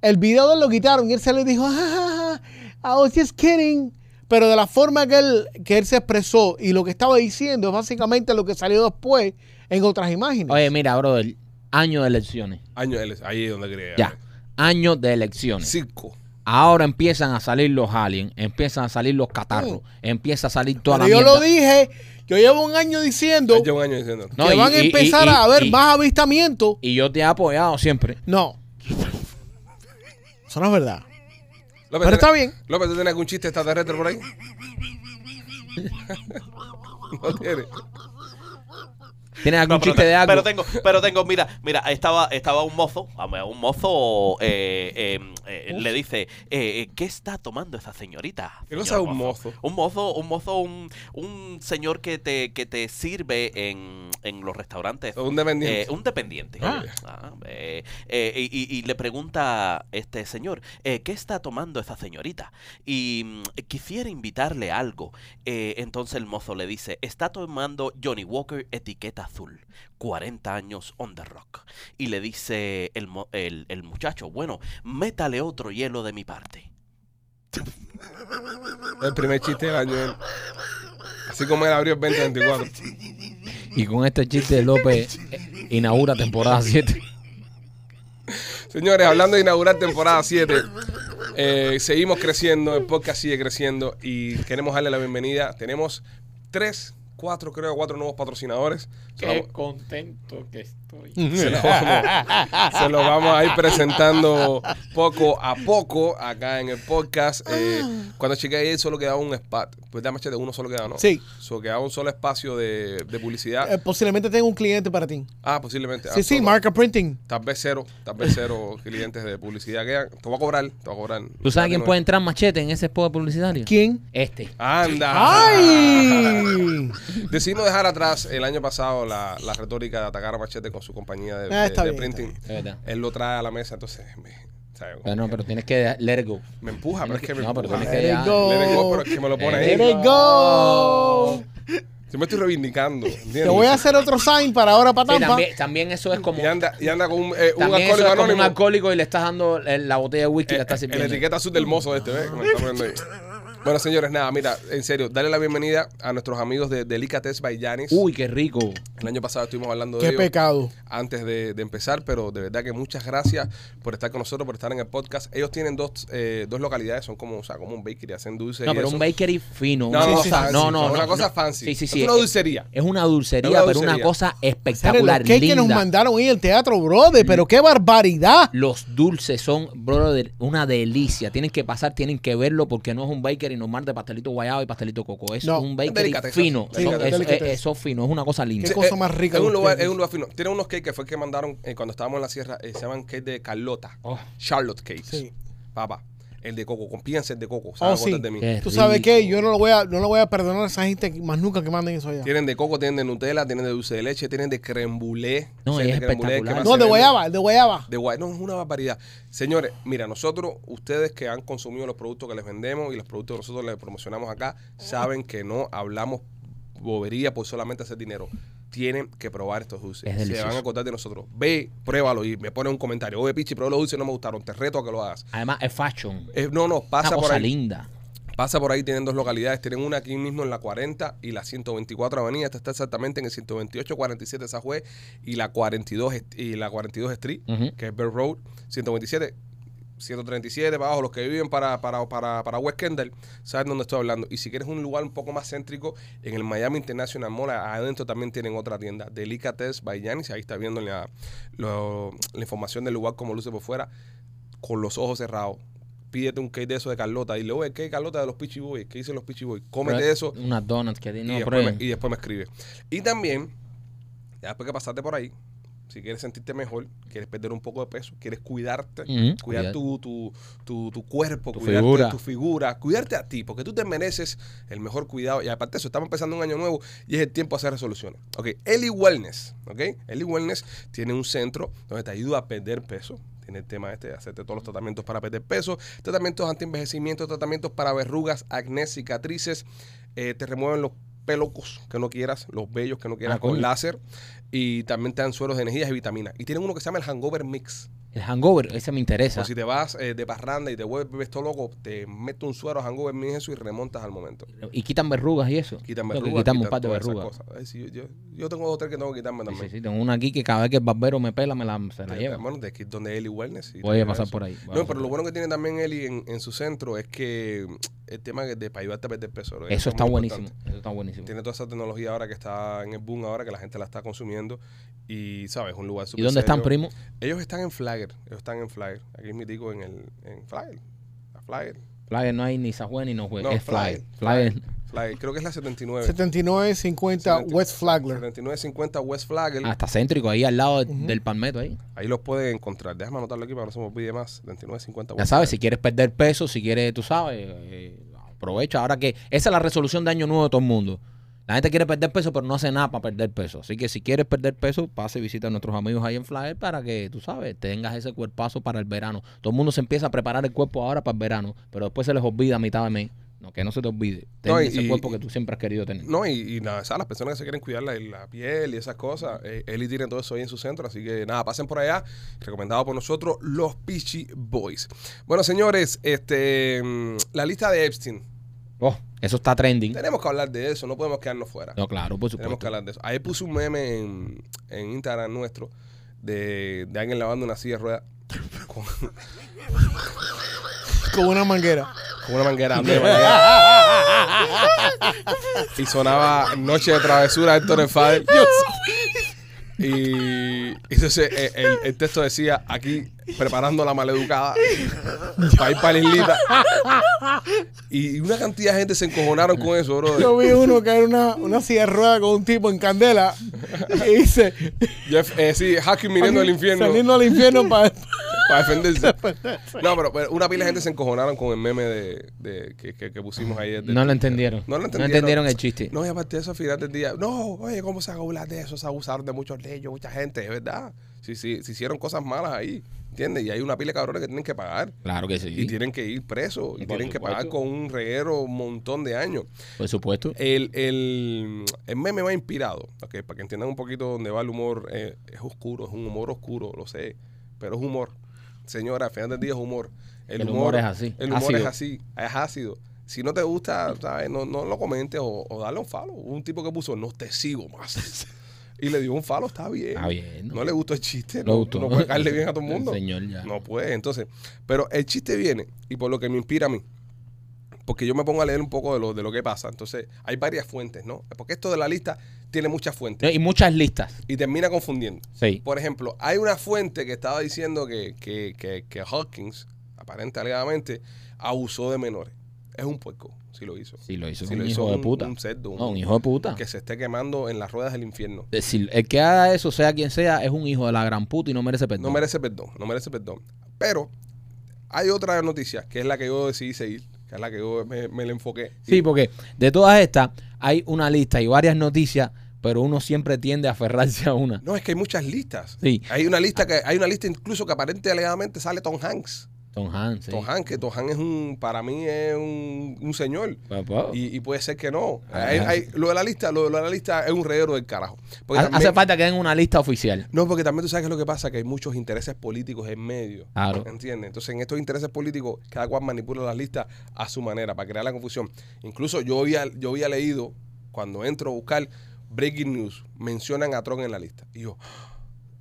S3: El video de él lo quitaron y él se le dijo, ah, I was just kidding. Pero de la forma que él, que él se expresó y lo que estaba diciendo es básicamente lo que salió después en otras imágenes.
S2: oye, mira, brother, año de elecciones.
S1: Año L, ahí es donde quería.
S2: Ya. Año de elecciones.
S1: Circo.
S2: Ahora empiezan a salir los aliens, empiezan a salir los catarros, empieza a salir toda
S3: Mm.
S2: la
S3: Pero yo
S2: mierda.
S3: lo dije, yo llevo un año diciendo
S1: Lleva un año diciendo.
S2: No,
S3: que
S2: y-
S3: van a
S2: y- y-
S3: empezar
S2: y-
S3: a haber
S2: y-
S3: más avistamientos.
S2: Y yo te he apoyado siempre.
S3: No. Eso no es verdad.
S1: López,
S3: Pero
S1: ¿tiene-
S3: está bien.
S1: López, ¿tú tienes algún chiste extraterrestre por ahí? <laughs> no tiene.
S2: ¿Tienes algún
S4: No, pero
S2: chiste
S4: te-
S2: de algo?
S4: Pero tengo, pero tengo, mira, mira, estaba, estaba un mozo, a ver, un mozo eh, eh, eh, le dice, eh, eh, ¿qué está tomando esa señorita?
S1: ¿Qué cosa
S4: señor
S1: es un mozo?
S4: Un mozo, un mozo, un, un señor que te, que te sirve en, en los restaurantes.
S1: Un dependiente.
S4: Eh, un dependiente.
S1: Ah.
S4: Ah, eh, eh, y, y- y le pregunta este señor, eh, ¿qué está tomando esa señorita? Y mm, quisiera invitarle algo. Eh, entonces el mozo le dice, está tomando Johnny Walker etiqueta azul, 40 años on the rock. Y le dice el, mo- el- el muchacho, bueno, métale otro hielo de mi parte.
S1: El primer chiste del año. L. Así como él abrió el 2024.
S2: Y con este chiste de López eh, inaugura temporada 7.
S1: Señores, hablando de inaugurar temporada 7, eh, seguimos creciendo, el podcast sigue creciendo y queremos darle la bienvenida. Tenemos tres, cuatro, creo, cuatro nuevos patrocinadores. Se
S5: Qué
S1: lo-
S5: contento que estoy.
S1: Se los vamos, <laughs> se los vamos a ir presentando poco a poco acá en el podcast. Eh, cuando llegué ayer solo quedaba un espacio. Pues da machete, uno solo quedaba, ¿no?
S3: Sí.
S1: Solo quedaba un solo espacio de, de publicidad.
S3: Eh, posiblemente tenga un cliente para ti.
S1: ah, posiblemente.
S3: Sí,
S1: Ah,
S3: sí,
S1: solo-
S3: marca printing.
S1: Tal vez cero, tal vez cero <laughs> clientes de publicidad quedan. Te voy a cobrar, te voy a cobrar.
S2: ¿Tú sabes quién
S1: No,
S2: puede entrar machete en ese spot publicitario?
S3: ¿Quién?
S2: Este.
S1: Anda. <laughs>
S3: ¡Ay!
S1: Decidimos dejar atrás el año pasado la, la retórica de atacar a Machete con su compañía de,
S3: Ah,
S1: de-
S3: está
S1: de
S3: bien,
S1: printing.
S2: De verdad.
S1: Él lo trae a la mesa, entonces me, ¿sabes?
S2: Pero no, pero tienes que dejar- let it go.
S1: me empuja, pero es que me
S2: No, pero
S1: empuja.
S2: tienes
S3: Let
S2: que
S3: it
S2: dejar-
S3: go.
S1: Le vengo, pero es que me lo pone
S3: Let
S1: ahí.
S3: it go.
S1: Yo me estoy reivindicando. ¿entiendes?
S3: Te voy a hacer otro sign para ahora para
S2: Sí,
S3: Tampa.
S2: también, también eso es como
S1: Y anda, y anda con un, eh, un
S2: también
S1: alcohólico
S2: eso es como un
S1: anónimo.
S2: alcohólico y le estás dando eh, la botella de whisky y la
S1: Eh,
S2: estás
S1: eh,
S2: sirviendo.
S1: la etiqueta azul del mozo este, ¿ves? Me está poniendo ahí. Bueno, señores, nada, mira, en serio, dale la bienvenida a nuestros amigos de Delicates by Yanis.
S2: Uy, qué rico.
S1: El año pasado estuvimos hablando de
S3: Qué
S1: ellos.
S3: pecado.
S1: antes de, de empezar, pero de verdad que muchas gracias por estar con nosotros, por estar en el podcast. Ellos tienen dos, eh, dos localidades, son como, o sea, como un bakery, hacen dulces.
S2: No,
S1: y
S2: pero
S1: eso.
S2: un bakery fino.
S1: No,
S2: una
S1: no,
S2: cosa,
S1: fancy,
S2: no, no,
S1: una
S2: no,
S1: cosa
S2: no.
S1: fancy.
S2: Sí, sí, sí.
S1: Es una
S2: eh,
S1: dulcería.
S2: Es una dulcería,
S1: Es una
S2: pero una
S1: dulcería.
S2: cosa
S3: Pero los
S2: espectacular,
S3: cakes que
S2: linda.
S3: nos mandaron hoy el teatro, brother. Pero qué barbaridad.
S2: Los dulces son, brother, una delicia. Tienen que pasar, tienen que verlo porque no es un bakery normal de pastelito guayado y pastelito coco. Es
S3: No.
S2: un bakery
S1: Delicatez.
S2: fino.
S1: Sí,
S2: Eso-
S1: delicatez.
S2: eso, es- eso es fino, es una cosa linda.
S3: Qué cosa más
S1: eh,
S3: rica
S1: Es
S3: de
S1: un, lugar,
S3: ustedes.
S1: es un lugar fino. Tienen unos cakes que fue que mandaron eh, cuando estábamos en la sierra. eh, se llaman cake de Carlota.
S2: Oh.
S1: Charlotte Cakes.
S3: Sí.
S1: Papá. El de coco. Con piensa el de coco.
S3: Oh,
S1: ¿sabes?
S3: sí.
S1: Acuérdate de mí.
S2: Qué
S3: Tú sabes
S2: rico.
S3: qué, yo no lo voy a, no lo voy a perdonar a esa gente que- más nunca que manden eso allá.
S1: Tienen de coco, tienen de Nutella, tienen de dulce de leche, tienen de creme brûlée.
S2: No,
S1: O sea,
S2: es
S1: de creme brûlée,
S2: espectacular.
S1: ¿qué más se
S3: No, de
S1: vende?
S3: guayaba, el de guayaba.
S1: De guay, no, es una barbaridad. Señores, mira, nosotros, ustedes que han consumido los productos que les vendemos y los productos que nosotros les promocionamos acá, saben que no hablamos bobería por solamente hacer dinero. tienen que probar estos dulces.
S2: Es
S1: Se
S2: delicioso.
S1: van a acordar de nosotros. Ve, pruébalo y me pone un comentario. Oye, Pichi, pruébalo los dulces, no me gustaron. Te reto a que lo hagas.
S2: Además, es fashion.
S1: Eh, no, no,
S2: Una
S1: pasa por
S2: cosa
S1: ahí.
S2: linda.
S1: Pasa por ahí, tienen dos localidades. Tienen una aquí mismo en la 40 y la 124 Avenida. Esta está exactamente en el 128, 47 Sajue y la 42, est- y la 42 Street,
S2: Ujú.
S1: que es Bell Road, 127. 137 para abajo, los que viven para, para, para, para West Kendall, saben dónde estoy hablando. Y si quieres un lugar un poco más céntrico, en el Miami International Mall, adentro también tienen otra tienda, Delicates by Giannis. Ahí está viendo la, lo- la información del lugar, como luce por fuera con los ojos cerrados. Pídete un cake de eso de Carlota. Dile, oye, ¿qué Carlota de los Peachy Boys? ¿Qué dicen los Peachy Boys? Cómete
S2: Prue-
S1: eso
S2: Unas donuts que
S1: y,
S2: no pues.
S1: después
S2: prueben.
S1: me, y después me escribe. Y también, ya después que pasaste por ahí, si quieres sentirte mejor, quieres perder un poco de peso, quieres cuidarte,
S2: Ujú,
S1: cuidar
S2: cuidar.
S1: tu, tu, tu, tu cuerpo,
S2: Tu
S1: cuidarte
S2: figura.
S1: tu figura, cuidarte a ti, porque tú te mereces el mejor cuidado. Y aparte de eso, estamos empezando un año nuevo y es el tiempo de hacer resoluciones. Ok, Eli Wellness, ok, Eli Wellness tiene un centro donde te ayuda a perder peso. Tiene el tema este de hacerte todos los tratamientos para perder peso, tratamientos anti-envejecimiento, tratamientos para verrugas, acné, cicatrices, eh, te remueven los pelocos que no quieras, los vellos que no quieras
S2: Ah,
S1: con
S2: coño.
S1: láser y también te dan sueros de energías y vitaminas. Y tienen uno que se llama el Hangover Mix.
S2: El hangover, ese me interesa.
S1: O si te vas eh, de parranda y te vuelves todo loco, te meto un suero hangover en eso y remontas al momento.
S2: Y quitan verrugas y eso.
S1: Quitan
S2: Tengo que
S1: verrugas.
S2: quitarme un
S1: quitan
S2: par de
S1: todas esas
S2: verrugas.
S1: cosas. Ay, sí, yo, yo- yo tengo dos o tres que tengo que quitarme
S2: Sí,
S1: también.
S2: sí, sí, tengo una aquí que cada vez que el barbero me pela, me la, se la
S1: Te-
S2: lleva.
S1: Bueno, de aquí es donde Eli Wellness. y
S2: Voy a
S1: te
S2: pasar
S1: eso.
S2: por ahí. voy a
S1: No,
S2: pasar
S1: pero lo
S2: por ahí.
S1: bueno que tiene también Eli en, en su centro es que mm, el tema que de para ayudarte a perder peso. es
S2: Eso está
S1: muy
S2: buenísimo.
S1: importante.
S2: Eso está buenísimo.
S1: Tiene toda esa tecnología ahora que está en el boom ahora, que la gente la está consumiendo. Y, ¿sabes? Un lugar súper
S2: ¿Y dónde están,
S1: serio.
S2: primo?
S1: Ellos están en Flagger. Ellos están en Flagger. Aquí es mi tico en el en Flagger. La Flagger.
S2: Flyer no hay ni Sajue ni no juez.
S1: No,
S2: es
S1: Flyer,
S2: Flyer. Flyer.
S1: Flagger. Creo que es la 79.
S3: 7950
S1: 79.
S3: West Flagler.
S1: 7950 West Flagger.
S2: Hasta céntrico, ahí al lado
S3: Ujú.
S2: del palmeto. ahí.
S1: Ahí los pueden encontrar. Déjame anotarlo aquí para que no se me olvide más. 7950
S2: Ya
S1: West
S2: sabes, si
S1: Flagler.
S2: quieres perder peso, si quieres, tú sabes, eh, aprovecha. Ahora que esa es la resolución de año nuevo de todo el mundo. La gente quiere perder peso, pero no hace nada para perder peso. Así que si quieres perder peso, pase y visita a nuestros amigos ahí en Flyer para que, tú sabes, tengas ese cuerpazo para el verano. Todo el mundo se empieza a preparar el cuerpo ahora para el verano, pero después se les olvida a mitad de mes. No, que no se te olvide. Ten
S1: No, y-
S2: ese
S1: y-
S2: cuerpo que tú siempre has querido tener.
S1: No, y, y nada, ¿sabes? las personas que se quieren cuidar la, la piel y esas cosas, eh, Eli tiene todo eso ahí en su centro, así que nada, pasen por allá, recomendado por nosotros, los Peachy Boys. Bueno, señores, este mm, la lista de Epstein,
S2: Oh, eso está trending.
S1: tenemos que hablar de eso, no podemos quedarnos fuera.
S2: No, claro, por
S1: Tenemos que
S2: supuesto.
S1: hablar de eso. Ahí puse un meme en, en Instagram nuestro de, de alguien lavando una silla de
S2: <laughs>
S1: ruedas con,
S3: Con una manguera.
S1: con una manguera. de
S3: <laughs>
S1: manguera. y sonaba Noche de Travesura de Héctor el Father. Y entonces eh, el, el texto decía aquí preparando la maleducada para ir para la islita. Y una cantidad de gente se encojonaron con eso, brother.
S3: Yo vi uno que era una, una silla de rueda con un tipo en candela y dice
S1: Jeff, eh, sí, Hacking mirando al infierno.
S3: saliendo al infierno para
S1: Para defenderse. No, pero, pero una pila de gente se encojonaron con el meme de, de- que, que- que pusimos ayer. de-
S2: No lo entendieron.
S1: No lo entendieron.
S2: el chiste.
S1: No, y aparte de eso, al final del día. No, oye, ¿cómo se habla de eso? Se abusaron de muchos leyes, mucha gente, es verdad. Sí, sí, se hicieron cosas malas ahí, ¿entiendes? Y hay una pila de cabrones que tienen que pagar.
S2: Claro que sí.
S1: Y tienen que ir presos. Y
S2: Por
S1: tienen que
S2: supuesto.
S1: pagar con un reguero un montón de años.
S2: Por supuesto.
S1: El, el, el meme va inspirado, ok, para que entiendan un poquito dónde va el humor. eh, es oscuro, es un humor oscuro, lo sé, pero es humor. Señora, al final del día es humor.
S2: El humor es así,
S1: El humor
S2: ácido.
S1: es así, es ácido. Si no te gusta, ¿sabes? No, no lo comentes o, o dale un follow. Hubo Un tipo que puso, no te sigo
S2: <laughs>
S1: más. y le dio un follow, está bien.
S2: Está bien.
S1: No, le gustó el chiste,
S2: Lo
S1: no,
S2: gustó.
S1: no puede
S2: <laughs>
S1: caerle bien a todo el
S2: El
S1: mundo.
S2: señor ya.
S1: No puede, entonces. Pero el chiste viene, y por lo que me inspira a mí, porque yo me pongo a leer un poco de lo, de lo que pasa. Entonces, hay varias fuentes, ¿no? Porque esto de la lista tiene muchas fuentes
S2: Y muchas listas.
S1: y termina confundiendo.
S2: Sí.
S1: Por ejemplo, hay una fuente que estaba diciendo que, que, que, que Hawkins, aparentemente alegadamente, abusó de menores. Es un puerco, si lo hizo.
S2: Sí, lo hizo.
S1: Sí,
S2: un
S1: lo hizo
S2: hijo de
S1: un-
S2: puta.
S1: un cerdo, un-
S2: no, un hijo de puta.
S1: Que se esté quemando en las ruedas del infierno.
S2: Es decir, el que haga eso, sea quien sea, es un hijo de la gran puta y no merece perdón.
S1: No merece perdón, no merece perdón. Pero hay otra noticia que es la que yo decidí seguir, que es la que yo me, me le enfoqué.
S2: Sí, porque de todas estas hay una lista y varias noticias, pero uno siempre tiende a aferrarse a una.
S1: No, es que hay muchas listas.
S2: Sí.
S1: Hay una lista que hay una lista incluso que aparente y alegadamente sale Tom Hanks.
S2: Tom Hanks. sí.
S1: Tohan, que Tohan es un, para mí es un, un señor.
S2: Papá.
S1: Y, y puede ser que no.
S2: Oh. Ah,
S1: Hay-
S2: ah.
S1: hay- lo de la lista, lo, lo de la lista es un reguero del carajo. Porque
S2: Ha-
S1: también-
S2: Hace falta que den una lista oficial.
S1: No, porque también tú sabes que es lo que pasa, que hay muchos intereses políticos en medio.
S2: Claro.
S1: ¿Entiendes? Entonces, en estos intereses políticos, cada cual manipula las listas a su manera para crear la confusión. Incluso yo había, yo había leído, cuando entro a buscar Breaking News, mencionan a Tron en la lista. Y yo,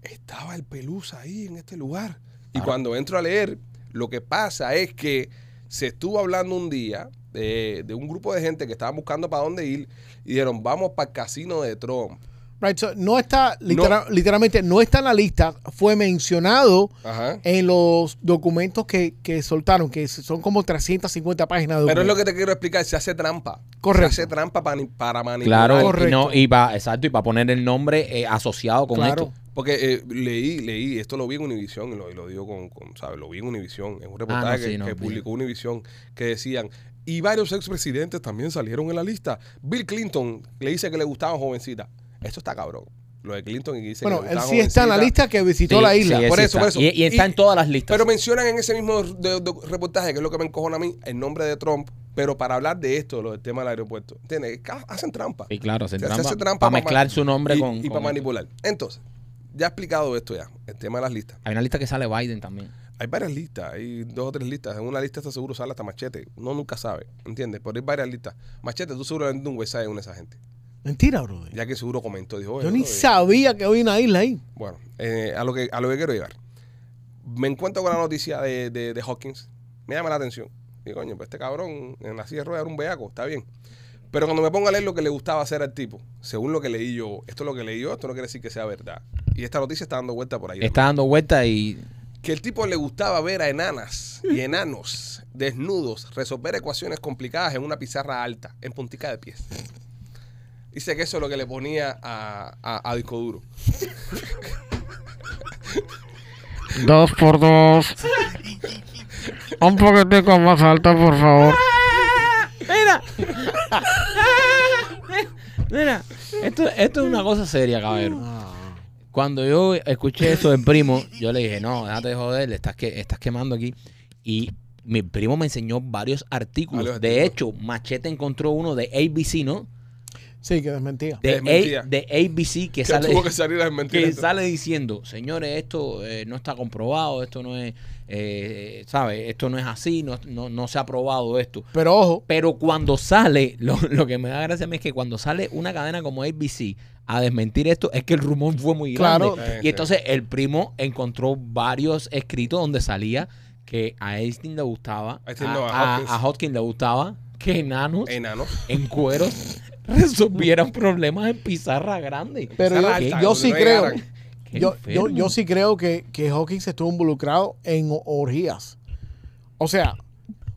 S1: estaba el Pelusa ahí en este lugar. Y cuando entro a leer, lo que pasa es que se estuvo hablando un día de, de un grupo de gente que estaban buscando para dónde ir y dijeron, vamos para el casino de Trump.
S3: Right, so, no está, litera- literalmente, no está en la lista. Fue mencionado
S1: Ajá.
S3: en los documentos que, que soltaron, que son como 350 páginas de
S1: Pero es lo
S3: documentos.
S1: que te quiero explicar, se hace trampa.
S3: Correcto.
S1: Se hace trampa pa- para manipular.
S2: Claro, y
S3: Correcto.
S2: no, y para, exacto, y para poner el nombre eh, asociado con
S3: Claro.
S2: esto.
S1: Porque eh, leí, leí, esto lo vi en Univisión, y lo, y lo digo con, con, ¿sabes? Lo vi en Univisión, en un reportaje
S2: Ah, no,
S1: que,
S2: sí, no,
S1: que
S2: bien.
S1: publicó Univisión, que decían, y varios expresidentes también salieron en la lista. Bill Clinton le dice que le gustaban jovencitas. Esto está cabrón. Lo de Clinton y dice
S3: Bueno,
S1: que le
S3: él
S1: gustaban
S3: sí está en la
S1: jovencitas.
S3: lista que visitó
S2: Sí,
S3: la isla.
S2: sí,
S1: Por
S2: sí
S1: eso, por
S2: está.
S1: eso.
S2: Y, y está
S1: Y-
S2: en todas las listas.
S1: Pero mencionan en ese mismo de- de- reportaje, que es lo que me encojona a mí, el nombre de Trump, pero para hablar de esto, lo del tema del aeropuerto. ¿Entiendes? Ca- Hacen trampa.
S2: Sí, claro, hacen
S1: Se- se
S2: trampa,
S1: hace trampa
S2: para
S1: pa-
S2: mezclar su nombre
S1: y,
S2: con.
S1: y
S2: con
S1: para
S2: esto.
S1: manipular. Entonces, ya he explicado esto ya, el tema de las listas.
S2: Hay una lista que sale Biden también.
S1: Hay varias listas, hay dos o tres listas. En una lista está seguro sale hasta Machete. Uno nunca sabe, ¿entiendes? Pero hay varias listas. Machete, tú seguramente un website de una de esa gente.
S3: Mentira, brother.
S1: Ya que seguro comentó, dijo, "Oye,
S3: Yo ni
S1: brother".
S3: sabía que había una isla ahí.
S1: Bueno, eh, a, lo que, a lo que quiero llegar. Me encuentro con la noticia de, de- de Hawkins. Me llama la atención. Digo, coño, pues este cabrón en la silla de ruedas era un beaco, está bien. Pero cuando me pongo a leer lo que le gustaba hacer al tipo, según lo que leí yo, esto es lo que leí yo, esto no quiere decir que sea verdad. Y esta noticia está dando vuelta por ahí.
S2: Está dando vuelta y.
S1: que el tipo le gustaba ver a enanas y enanos desnudos resolver ecuaciones complicadas en una pizarra alta, en puntica de pies. Dice que eso es lo que le ponía a, a- a Disco Duro.
S6: Dos por dos. Un poquitico más alto, por favor.
S2: Mira. Mira. Esto, esto es una cosa seria, cabrón. Cuando yo escuché eso del primo, yo le dije, no, déjate de joder, le estás, que, estás quemando aquí. Y mi primo me enseñó varios artículos.
S1: Varios
S2: De hecho,
S1: artículos.
S2: Machete encontró uno de ABC, ¿no?
S3: Sí, que desmentía.
S2: De,
S1: Desmentía.
S2: A- de ABC que
S1: Que
S2: sale
S1: tuvo que salir a mentir.
S2: que sale diciendo, señores, esto eh, no está comprobado, esto no es, eh, ¿sabe? Esto no es así, no, no, no se ha probado esto.
S3: Pero ojo,
S2: Pero cuando sale, <laughs> lo, lo que me da gracia a mí es que cuando sale una cadena como ABC a desmentir esto, es que el rumor fue muy grande.
S3: Claro.
S1: Sí, sí.
S2: Y entonces el primo encontró varios escritos donde salía que a Einstein le gustaba,
S1: Einstein
S2: a,
S1: no, a
S2: a-
S1: Hopkins.
S2: a Hopkins le gustaba que enanos
S1: Enanos.
S2: en cueros <laughs> resolvieran problemas en pizarra grande.
S3: pero yo,
S1: Pizarra alta,
S3: yo
S1: donde
S3: sí
S1: no
S3: creo.
S1: llegaran.
S2: Qué
S3: Yo, yo,
S2: enfermo.
S3: yo sí creo que, que Hawkins estuvo involucrado en o- orgías. O sea,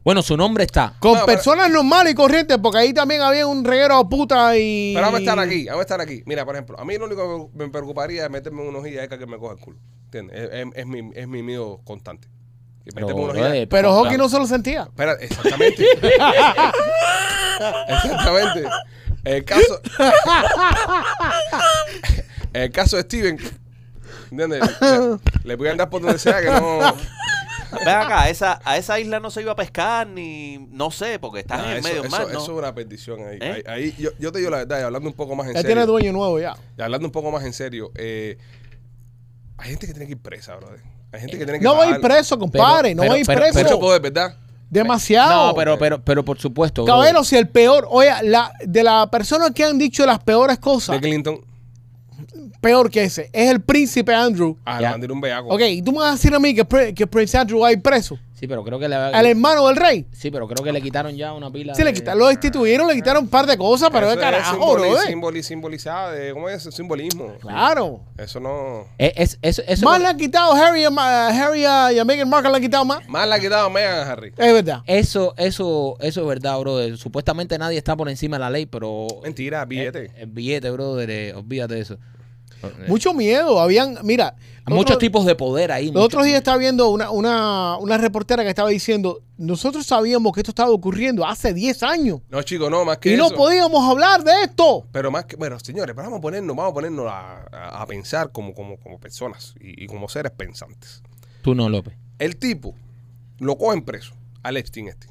S2: Bueno, su nombre está.
S3: con
S1: No, pero-
S3: personas normales y corrientes, porque ahí también había un reguero de puta y.
S1: Pero vamos a estar aquí, vamos a estar aquí. Mira, por ejemplo, a mí lo único que me preocuparía es meterme unos hojilla que me coja el culo. ¿Entiendes? Es, es- es mi, es mi miedo constante. Que
S2: Pero, eh,
S1: meterme una
S2: brother,
S1: hojilla-
S3: Pero Hawkins
S2: claro.
S3: no se lo sentía.
S1: Espera,
S3: <laughs>
S1: exactamente. exactamente. El caso. <laughs> el caso de Steven. ¿Entiendes? Le, le voy a andar por donde sea que no.
S4: Ven acá, a esa, a esa isla no se iba a pescar ni. No sé, porque estás
S1: Nah,
S4: en el
S1: Ah, eso,
S4: medio del
S1: eso-
S4: mar, ¿no?
S1: eso es una petición ahí.
S4: ¿Eh?
S1: Ahí, ahí yo, yo te digo la verdad, y hablando un poco más en
S3: Ya
S1: serio.
S3: tiene dueño nuevo ya.
S1: Y hablando un poco más en serio, eh, hay gente que tiene que ir presa, brother. Hay gente que tiene que
S3: No va a ir
S1: pagar
S3: preso, compadre.
S2: Pero-
S3: no va a ir
S2: pero-
S3: preso.
S2: pero-
S1: Mucho poder, ¿verdad?
S3: Demasiado.
S2: No, pero, pero, pero por supuesto. bro.
S3: Caballero, si el peor, oye, la, de las personas que han dicho las peores
S1: De
S3: cosas,
S1: Clinton
S3: peor que ese, es el príncipe Andrew.
S1: a
S2: Ya.
S1: mandar un bellaco.
S3: Ok, ¿y tú me vas a decir a mí que, Pri- que Prince Andrew va a ir preso?
S2: Sí, pero creo que le
S3: Al hermano del rey.
S2: Sí, pero creo que le quitaron ya una pila.
S3: Sí, le
S2: de-
S3: quitaron, lo destituyeron, le quitaron un par de cosas, pero
S1: Eso
S3: de carajo,
S1: simboli-
S3: bro. eh.
S1: simboli- simbolizada de- ¿Cómo es? Simbolismo.
S3: Claro.
S1: Eso no.
S2: Eh, Es, eso- eso-
S3: Más le han quitado Harry, a Ma- Harry a- y a Meghan Markle le han quitado más.
S1: Más la que daba Megan a Harry.
S3: Es verdad.
S2: eso, eso, eso es verdad, brother. Supuestamente nadie está por encima de la ley, pero.
S1: Mentira, billete.
S2: Eh, El, billete, brother. eh, olvídate de eso. Eh,
S3: Mucho miedo. Habían, mira.
S2: Muchos
S3: otro-
S2: tipos de poder ahí.
S3: Los
S2: muchos-
S3: otros días estaba viendo una, una, una reportera que estaba diciendo, nosotros sabíamos que esto estaba ocurriendo hace 10 años
S1: No, chicos, no, más que
S3: y no
S1: eso.
S3: podíamos hablar de esto.
S1: Pero más que, bueno, señores, pero vamos a ponernos, vamos a ponernos a, a- a pensar como, como, como personas y, y como seres pensantes.
S2: Tú no, López.
S1: El tipo Lo cogen preso al Epstein este.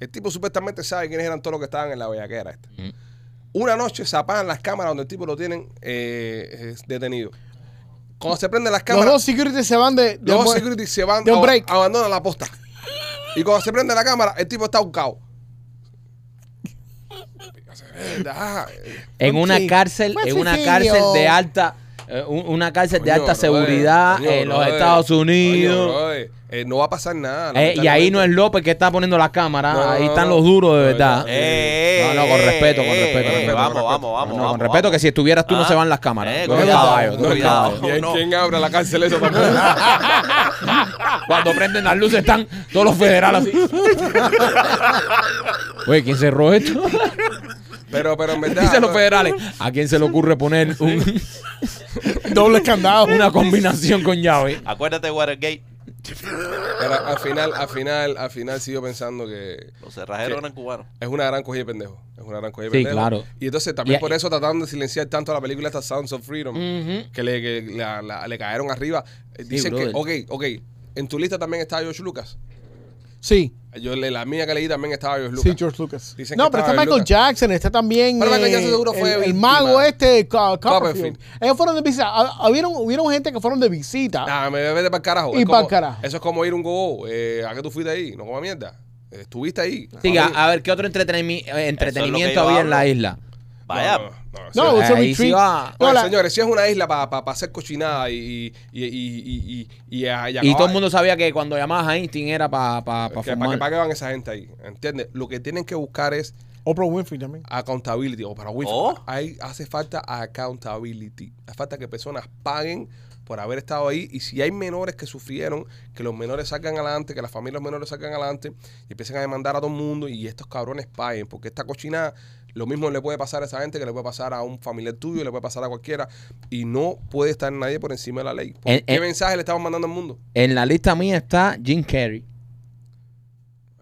S1: El tipo supuestamente sabe quiénes eran todos los que estaban en la bellaquera esta.
S3: Mm.
S2: Ujú.
S1: Una noche se apagan las cámaras donde el tipo lo tienen eh, eh, detenido. Cuando se prenden las
S3: Los
S1: cámaras,
S3: dos security se van de. de
S1: los dos
S3: mu-
S1: security se van,
S3: de un
S1: ab-
S3: break.
S1: abandonan la posta. Y cuando se prende la cámara, el tipo está un caos.
S2: En una
S3: Sí.
S2: cárcel,
S3: Fue
S2: en una
S3: suicidio.
S2: cárcel de alta, eh, un- una cárcel de alta seguridad en los Estados Unidos.
S1: no va a pasar nada.
S2: Eh, y ahí no es
S1: lamentablemente.
S2: López que está poniendo la cámara,
S1: No, no,
S2: ahí
S1: no,
S2: están
S1: no.
S2: los duros de
S1: No,
S2: verdad.
S1: no,
S4: Eh,
S2: No, no, con respeto, con respeto, con respeto,
S4: vamos,
S1: con respeto.
S4: vamos, vamos.
S2: No,
S4: vamos,
S2: con respeto, que si estuvieras tú no
S4: Ah,
S2: se van las cámaras.
S4: eh,
S2: Tú eres
S4: cuidado,
S2: caballo, tú eres
S4: cuidado.
S2: caballo.
S1: Y hay
S4: No.
S1: quien abra la cárcel eso también.
S2: Cuando prenden las luces están todos los federales así. <laughs> Oye, ¿quién cerró esto?
S1: Pero, pero en verdad.
S2: <laughs> Dicen los
S1: no-
S2: federales. ¿A quién se le ocurre poner un-
S3: Doble candado.
S2: <laughs> una combinación con llave?
S4: Acuérdate, Watergate.
S1: pero al final, al final, al final sigo pensando que
S4: Los cerrajeros
S1: Sí.
S4: eran cubanos.
S1: es una gran cogida de pendejo. Es una gran cogida de
S2: Sí,
S1: pendejo.
S2: claro.
S1: Y entonces también
S2: Y-
S1: por eso trataron de silenciar tanto la película esta Sounds of Freedom. Que, le, que la- la- le cayeron arriba. Eh, Dicen que, ok,
S2: brother.
S1: ok. En tu lista también está George Lucas.
S3: Sí,
S1: Yo, le- la mía que leí también estaba George Lucas.
S3: sí, George Lucas.
S1: Dicen
S3: no,
S1: que
S3: pero
S1: estaba
S3: está
S1: bien
S3: Michael
S1: Lucas.
S3: Jackson, está también.
S1: Pero Michael
S3: eh,
S1: Jackson seguro fue
S3: el, el
S1: víctima.
S3: mago este, Ca- Copperfield.
S1: Copperfield.
S3: Ellos fueron de visita. Ah, Hubieron, hubieron gente que fueron de visita.
S1: Ah, me vete para el carajo.
S3: Y
S1: Es como-
S3: pa'l carajo.
S1: Eso es como ir a un go eh, ¿A qué tú fuiste ahí? No coma mierda. Eh, Estuviste ahí.
S2: Siga,
S1: Ahí.
S2: a ver, ¿qué otro entretenimi- eh,
S4: Eso es lo
S2: entretenimiento
S4: que yo
S2: había en la
S4: hablo.
S2: isla?
S1: No,
S4: Vaya. pues
S1: no, no, no,
S3: no,
S1: sí.
S2: Ahí
S3: es un
S2: sí
S3: retreat.
S2: va.
S3: No,
S1: Oye,
S3: la-
S1: señores, si es una isla para hacer cochinada y, y, y, y, y, y, y, a- y
S2: Y
S1: acabar-
S2: todo el mundo sabía que cuando llamabas a Einstein era para
S1: eh. Que- pa' que- ¿Para qué van esa gente ahí? ¿Entiendes? Lo que tienen que buscar es
S3: Oprah Winfrey también.
S1: accountability. O para Winfrey.
S4: Oh.
S1: Ahí hace falta accountability. Hace falta que personas paguen por haber estado ahí. Y si hay menores que sufrieron, que los menores salgan adelante, que las familias de los menores salgan adelante y empiecen a demandar a todo el mundo y estos cabrones paguen. Porque esta cochinada, lo mismo le puede pasar a esa gente que le puede pasar a un familiar tuyo, le puede pasar a cualquiera. Y no puede estar nadie por encima de la ley.
S2: En-
S1: ¿Qué
S2: en-
S1: mensaje le estamos mandando al mundo?
S2: En la lista mía está Jim Carrey,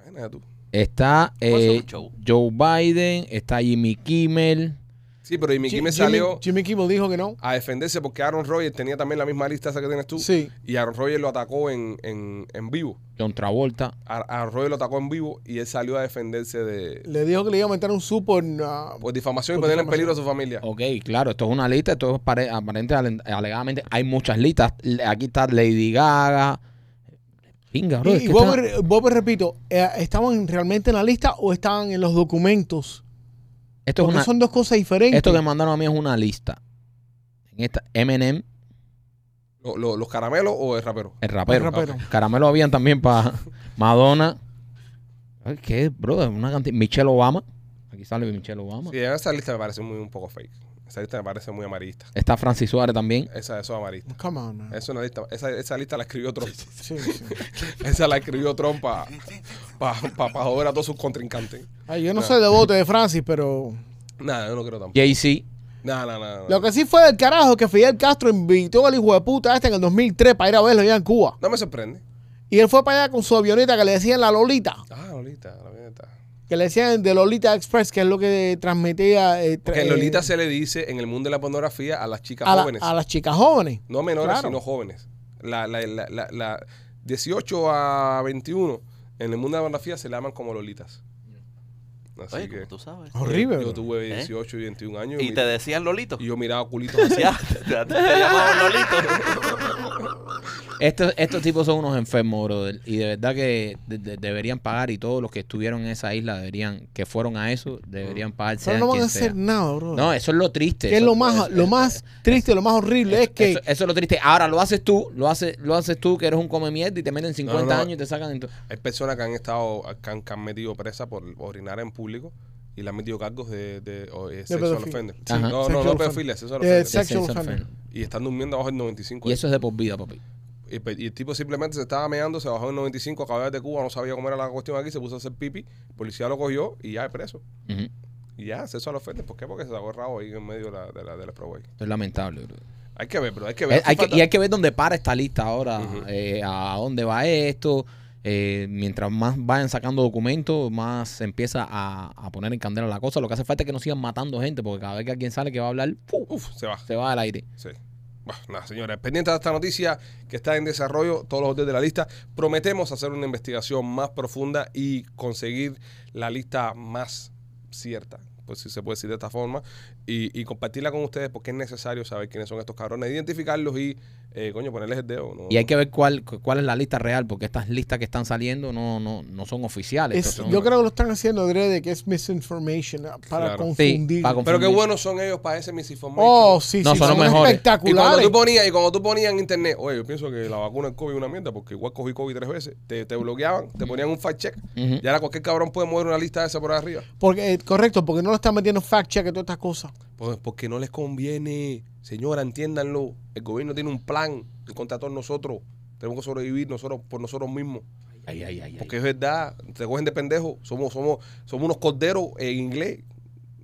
S1: Imagínate tú.
S2: está
S4: Pues es
S2: eh,
S4: un show.
S2: Joe Biden, está Jimmy Kimmel.
S1: Sí, pero y Mickey
S3: Ji-
S1: me
S3: Jimmy-
S1: salió.
S3: Jimmy Kimmel dijo que no.
S1: a defenderse porque Aaron Rodgers tenía también la misma lista esa que tienes tú.
S3: Sí.
S1: Y Aaron Rodgers lo atacó en, en, en vivo.
S2: John Travolta.
S1: A- Aaron Rodgers lo atacó en vivo y él salió a defenderse de
S3: Le dijo que le iba a aumentar un super. ah,
S1: por difamación y
S3: Por
S1: poner en
S3: difamación. Oh.
S1: peligro a su familia.
S2: Ok, claro, esto es una lista, esto es pare- aparente, ale- alegadamente. Hay muchas listas. Le- Aquí está Lady Gaga. Pinga, bro. es
S3: y
S2: que
S3: y Bob,
S2: está-
S3: re- Bob, repito, eh, ¿estaban realmente en la lista o estaban en los documentos?
S2: esto, es
S3: Porque
S2: una-
S3: son dos cosas diferentes.
S2: esto que mandaron a mí es una lista. En esta, Eminem,
S1: Lo- lo- ¿Los caramelos o el rapero?
S2: el rapero.
S3: El rapero.
S2: Caramelo habían también para Madonna. Ay, ¿Qué, bro? Una cantidad. Michelle Obama. Aquí sale Michelle Obama.
S1: Sí, esa lista me parece muy un poco fake. Esa lista me parece muy amarillista.
S2: Está Francis Suárez también.
S1: Esa, eso es amarillista.
S3: Come on, man.
S1: Es una lista, esa, esa lista la escribió Trump.
S3: Sí, sí.
S1: <laughs> Esa la escribió Trump para joder a todos sus contrincantes.
S3: Ay, yo no
S1: No.
S3: soy devoto de Francis, pero.
S1: Nada, yo no creo tampoco.
S2: Jay-Z.
S1: Nada, nada, nada.
S3: Lo que sí fue del carajo que Fidel Castro invitó al hijo de puta este en el 2003 para ir a verlo allá en Cuba.
S1: No me sorprende.
S3: Y él fue para allá con su avioneta que le decían la Lolita.
S1: Ah, Lolita, la verdad.
S3: Que le decían de Lolita Express, que es lo que transmitía. eh, tra-
S1: Que Lolita
S3: eh,
S1: se le dice en el mundo de la pornografía a las chicas
S3: a, la-
S1: jóvenes.
S3: a las chicas jóvenes.
S1: No menores,
S3: Claro.
S1: sino jóvenes. La, la, la, la- la 18 a 21 en el mundo de la pornografía se le llaman como lolitas. Así
S4: Oye,
S1: que
S4: como tú sabes.
S3: Horrible.
S1: yo tuve
S4: ¿Eh?
S1: 18 y 21 años y,
S4: Y te decían Lolito.
S1: y yo miraba culitos así.
S4: <laughs> Ya, te, te- te llamaban Lolito.
S2: Estos, estos tipos son unos enfermos, brother. Y de verdad que de- de- deberían pagar y todos los que estuvieron en esa isla deberían, que fueron a eso, deberían pagar.
S3: Pero
S2: Sean
S3: no van a
S2: quien
S3: hacer
S2: sea.
S3: nada, bro.
S2: No, eso es lo triste.
S3: que es
S2: Eso-
S3: lo más,
S2: eso-
S3: lo más triste, lo más horrible es que.
S2: Eso, eso es lo triste. Ahora lo haces tú, lo haces, lo haces tú que eres un come mierda y te meten 50
S1: No, no.
S2: años y te sacan. en tu-
S1: Hay personas que han estado, que han, que han metido presa por orinar en público y le han metido cargos de, de, o- eh, sexual
S3: pedofilia.
S1: offender.
S3: Sí,
S1: No, no, no,
S3: sexual
S1: pedofilia, sexual
S3: Eh,
S1: offender.
S3: sex- Sexual
S2: de
S3: offender.
S1: Y están durmiendo abajo del 95.
S2: Y eso es de por vida, papi.
S1: Y, pe- y el tipo simplemente se estaba meando, se bajó en 95, acababa de Cuba, no sabía cómo era la cuestión aquí, se puso a hacer pipi, el policía lo cogió y ya es preso.
S2: Ujú.
S1: Y ya, acceso a los ofende. ¿Por qué? Porque se sacó el rabo ahí en medio de la, de la, de la Pro Bowl.
S2: Esto es lamentable, bro.
S1: Hay que ver, pero hay que
S2: Eh,
S1: ver.
S2: hay que-
S1: Falta-
S2: y hay que ver dónde para esta lista ahora,
S1: Ujú.
S2: eh, a dónde va esto. eh, mientras más vayan sacando documentos, más se empieza a, a poner en candela la cosa. Lo que hace falta es que no sigan matando gente, porque cada vez que alguien sale que va a hablar, ¡fu!
S1: Uf, se va.
S2: se va al aire.
S1: Sí. Bueno, nada, señores, pendiente de esta noticia que está en desarrollo, todos los hoteles de la lista. Prometemos hacer una investigación más profunda y conseguir la lista más cierta, pues si se puede decir de esta forma, y, y compartirla con ustedes porque es necesario saber quiénes son estos cabrones, identificarlos y, eh, coño, ponerles el dedo. ¿no?
S2: Y hay que ver cuál, cuál es la lista real, porque estas listas que están saliendo no, no, no son oficiales.
S3: Es-
S2: Estos son-
S3: yo creo que lo están haciendo de que es misinformation ah, para
S1: Claro.
S3: confundir.
S2: Sí, para confundir.
S1: Pero qué buenos son ellos para ese misinformation.
S3: Oh, sí,
S2: No,
S3: sí,
S2: son los
S3: son
S2: mejores.
S1: Y cuando,
S3: espectaculares.
S1: tú ponías, y cuando tú ponías en internet, oye, yo pienso que la vacuna del COVID es una mierda, porque igual cogí COVID tres veces, te, te bloqueaban,
S2: Mm.
S1: te ponían un fact check,
S2: Ujú.
S1: y ahora cualquier cabrón puede mover una lista de esa por ahí arriba.
S3: Porque, eh, correcto, porque no le están metiendo fact check y todas estas cosas.
S1: Pues porque no les conviene, señora, entiéndanlo, el gobierno tiene un plan en contra de todos nosotros, tenemos que sobrevivir nosotros por nosotros mismos,
S2: Ay, ay, ay, ay.
S1: porque es verdad, te cogen de pendejo, somos, somos, somos unos corderos en inglés,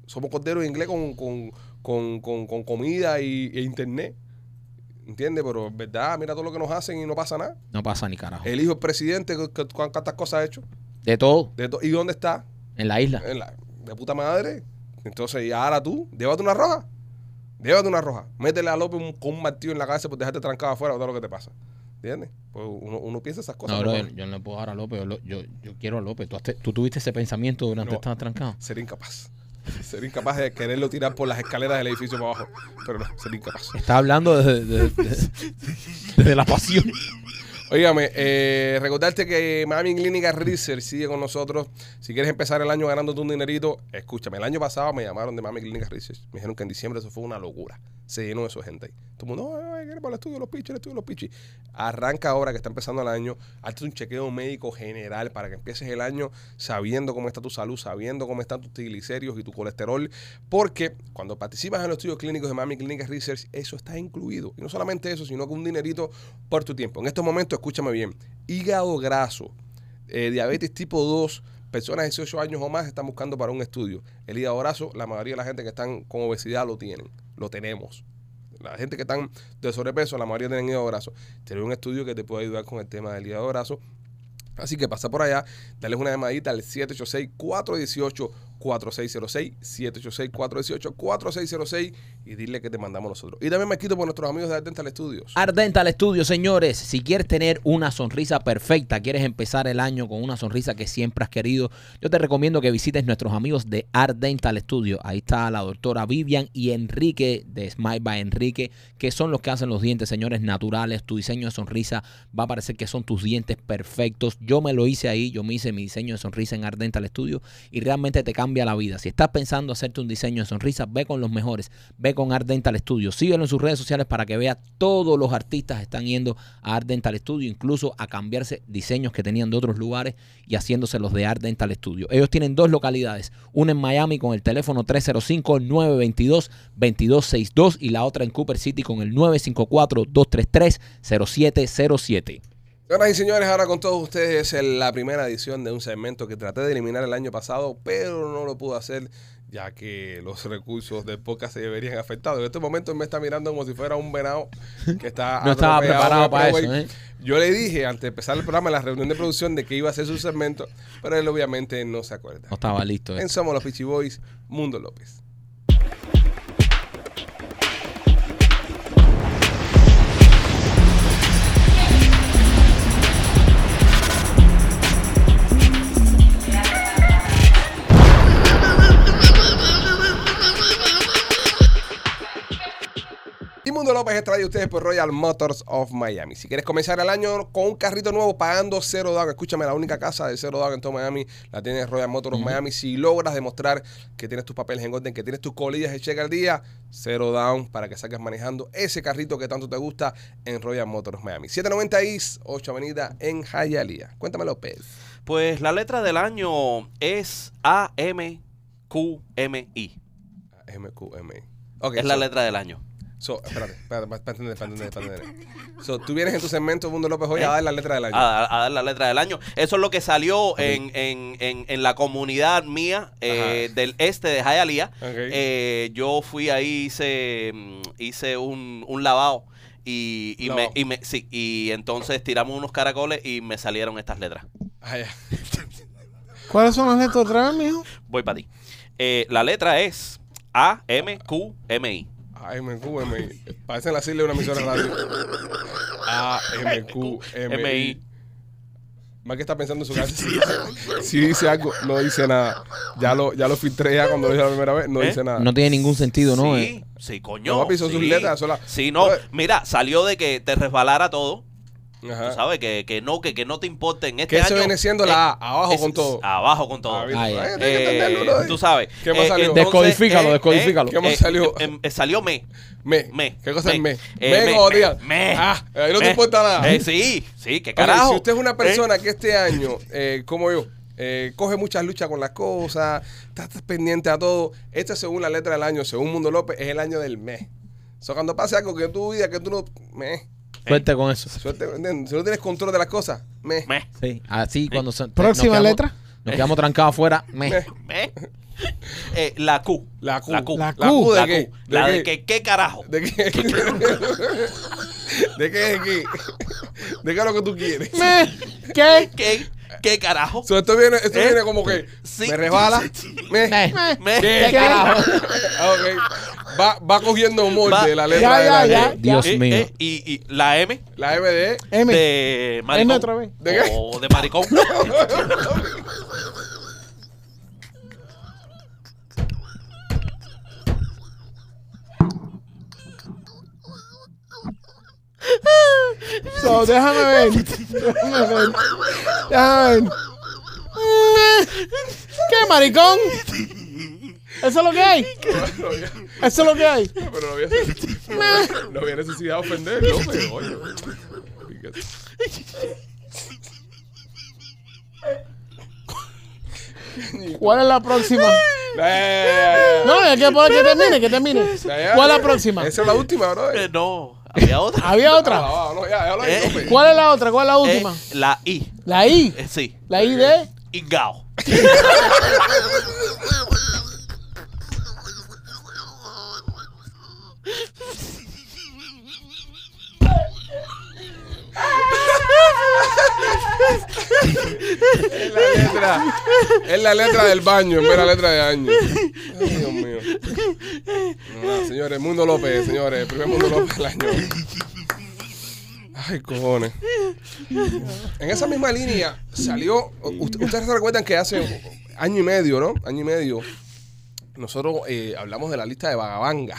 S1: somos corderos en inglés con, con, con, con, con comida y, e internet. ¿Entiendes? Pero es verdad, mira todo lo que nos hacen y no pasa nada.
S2: No pasa ni carajo.
S1: El hijo del presidente, cu- cu- ¿cuántas cosas ha hecho?
S2: De todo,
S1: De to- ¿Y dónde está?
S2: en la isla.
S1: En la- de puta madre. Entonces, y ahora tú, llévate una roja. Llévate una roja. Métele a López un- con un martillo en la cabeza por dejarte trancado afuera, todo lo que te pasa. ¿Entiendes? Pues uno, uno piensa esas cosas.
S2: No,
S1: ¿no?
S2: bro, yo, yo no le puedo dar a López. Yo, lo- yo, yo quiero a López. ¿Tú, has te- tú tuviste ese pensamiento durante
S1: No.
S2: estar trancado?
S1: Sería incapaz. <laughs> Sería incapaz de quererlo tirar por las escaleras del edificio para abajo. Pero no, sería incapaz.
S2: Está hablando desde, desde- desde la pasión.
S1: Óigame, eh, recordarte que Miami Clínica Research sigue con nosotros. Si quieres empezar el año ganándote un dinerito, escúchame. El año pasado me llamaron de Miami Clínica Research. Me dijeron que en diciembre eso fue una locura. Se llenó de su gente ahí. Todo el mundo, no, para el estudio, los pichis, el estudio, los pichis. Arranca ahora que está empezando el año. Hazte un chequeo médico general para que empieces el año sabiendo cómo está tu salud, sabiendo cómo están tus triglicéridos y tu colesterol. Porque cuando participas en los estudios clínicos de Miami Clinic Research, eso está incluido. Y no solamente eso, sino que un dinerito por tu tiempo. En estos momentos, escúchame bien, hígado graso, eh, diabetes tipo 2, personas de 18 años o más están buscando para un estudio. El hígado graso, la mayoría de la gente que están con obesidad lo tienen, lo tenemos. La gente que están de sobrepeso, la mayoría tienen hígado graso. Tiene un estudio que te puede ayudar con el tema del hígado graso. Así que pasa por allá, dale una llamadita al 786-418-4606, 786-418-4606 y dile que te mandamos nosotros. Y también me quito por nuestros amigos de Art Dental Studios.
S2: Ardental Studio, señores. Si quieres tener una sonrisa perfecta, quieres empezar el año con una sonrisa que siempre has querido, yo te recomiendo que visites nuestros amigos de Ardental Studio. Ahí está la doctora Vivian y Enrique de Smile by Enrique, que son los que hacen los dientes, señores, naturales. Tu diseño de sonrisa va a parecer que son tus dientes perfectos. Yo me lo hice ahí, yo me hice mi diseño de sonrisa en Ardental Studio y realmente te cambia la vida. Si estás pensando hacerte un diseño de sonrisa, ve con los mejores, ve con Art Dental Studio. Síguelo en sus redes sociales para que vea todos los artistas están yendo a Art Dental Studio, incluso a cambiarse diseños que tenían de otros lugares y haciéndose los de Art Dental Studio. Ellos tienen dos localidades, una en Miami con el teléfono 305-922-2262 y la otra en Cooper City con el 954-233-0707.
S1: Señoras y señores, ahora con todos ustedes es la primera edición de un segmento que traté de eliminar el año pasado, pero no lo pude hacer ya que los recursos del podcast se verían afectados. En este momento me está mirando como si fuera un venado que está...
S2: <laughs> No estaba
S1: atropellado
S2: preparado
S1: en
S2: para
S1: Broadway.
S2: eso, ¿eh?
S1: Yo le dije antes de empezar el programa, en la reunión de producción, de que iba a hacer su segmento, pero él obviamente no se acuerda.
S2: No estaba listo. eh.
S1: En Somos los Pichi Boys, Mundo López. Y Mundo López es traído a ustedes por Royal Motors of Miami. Si quieres comenzar el año con un carrito nuevo pagando cero down, escúchame, la única casa de cero down en todo Miami la tiene Royal Motors of Miami. Si logras demostrar que tienes tus papeles en orden, que tienes tus colillas de cheque al día, cero down para que salgas manejando ese carrito que tanto te gusta en Royal Motors of Miami. 790 East, 8 Avenida en Hialeah. Cuéntame, López.
S4: Pues la letra del año es A-M-Q-M-I.
S1: MQMI. Ok,
S4: Es la
S1: so-
S4: letra del año.
S1: so, espérate, espérate, para entender, para entender, para entender. So, tú vienes en tu segmento, Mundo López, hoy a
S4: ¿Eh?
S1: dar la letra del año.
S4: A, a dar la letra del año. Eso es lo que salió en, en- en- en la comunidad mía eh, del este de Hialeah.
S1: Ok.
S4: Eh, yo fui ahí, hice, mm, hice un, un lavado. Y, y
S1: Lavado.
S4: Me, y me- sí, y entonces tiramos unos caracoles y me salieron estas letras.
S1: Ah, ya.
S3: ¿Cuáles son las letras otra vez, mijo?
S4: Voy para ti. Eh, la letra es A-M-Q-M-I.
S1: A AMQMI. Parecen las siglas de una emisora de radio. Ah, AMQMI.
S4: MI.
S1: Más que está pensando en su casa. Si dice algo, no dice nada. Ya lo, ya lo filtré ya cuando lo dije la primera vez, no
S4: ¿Eh?
S1: dice nada.
S2: No tiene ningún sentido, ¿no?
S4: Sí,
S2: Eh,
S4: sí, coño.
S1: No, papi, son
S4: sí.
S1: sus letras, son las-
S4: Sí, no.
S1: Oye.
S4: Mira, salió de que te resbalara todo.
S1: Ajá.
S4: Tú sabes que, que no, que, que no te importa en este
S1: Que eso
S4: año,
S1: viene siendo la A, abajo con todo.
S4: Abajo con todo.
S1: Ah, ¿viste?
S2: Ay, ay.
S1: Eh, tienes que entenderlo,
S4: Eh,
S1: brother.
S4: tú sabes.
S1: ¿Qué más
S4: Eh,
S1: salió?
S4: entonces,
S2: Descodifícalo,
S4: eh,
S2: descodifícalo.
S4: eh,
S1: ¿Qué más
S4: eh,
S1: salió?
S4: em, eh, salió me.
S1: Me.
S4: Me.
S1: ¿Qué cosa es me?
S4: Eh,
S1: me, como digan.
S4: me.
S1: Ah, ahí no te
S4: me.
S1: importa nada.
S4: Eh, sí, sí, qué
S1: Ok,
S4: carajo.
S1: si usted es una
S4: Eh,
S1: persona que este año, eh, como yo, eh, coge muchas luchas con las cosas, está pendiente a todo, este según la letra del año, según Mundo López, es el año del mes. So, cuando pase algo que tú digas que tú no... Me.
S2: Suerte con eso.
S1: Suerte, ¿entiendes? si no tienes control de las cosas, me.
S4: me,
S2: Sí,
S1: Eh,
S2: así cuando se-
S3: Próxima
S2: nos quedamos-
S3: letra.
S2: Nos quedamos trancados
S1: <laughs>
S2: afuera. Me.
S4: me. Eh, la Q.
S1: La Q.
S4: La Q.
S3: La Q.
S1: de
S4: La
S1: qué?
S4: Q. La de
S1: qué?
S4: que qué carajo.
S1: ¿De qué?
S4: <laughs>
S1: ¿De qué es qué? ¿De qué es lo que tú quieres?
S3: Me,
S2: <laughs>
S3: ¿Qué?
S4: ¿Qué, qué carajo?
S1: So, esto viene, esto
S4: ¿Eh?
S1: viene como que
S4: Sí.
S1: me resbala, me,
S2: Me.
S4: Me-
S1: ¿Qué?
S3: ¿Qué?
S1: Ah, ok. va, va cogiendo humor
S4: Va-
S1: de la letra
S3: Ya,
S1: de
S3: ya,
S1: la
S3: ya.
S1: de-
S2: Dios
S4: Eh,
S2: mío.
S4: eh, y, y la M
S1: La MD.
S3: M.
S4: de maricón.
S3: M otra vez.
S1: ¿De qué?
S4: O de
S1: <laughs>
S4: maricón.
S3: So, déjame ver. Déjame ver. Déjame ver. Me. ¿Qué, maricón? ¿Eso es lo que hay? ¿Eso es lo que hay?
S1: Pero no había, no había necesidad de ofenderlo, pero oye. fíjate.
S3: ¿Cuál es la próxima?
S1: Eh,
S3: No, es que, que termine, que termine. ¿Cuál es la próxima?
S1: Esa es la última, bro.
S4: Eh, no, había <laughs> otra.
S3: ¿Había
S1: Ah,
S3: otra?
S1: va, no, ya, ya lo
S4: Eh.
S1: dije,
S3: ¿Cuál es la otra? ¿Cuál es la
S4: Eh,
S3: última?
S4: la I.
S3: La I.
S4: Eh, sí.
S3: La I de...
S4: Ingao.
S1: Es la letra. Es la letra del baño, en vez de la letra de año. Ay, Dios mío. No, señores, Mundo López, señores, el primer Mundo López del año. Ay, cojones. En esa misma línea salió. ust- Ustedes se recuerdan que hace año y medio, ¿no? Año y medio. Nosotros eh, hablamos de la lista de Vagabanga.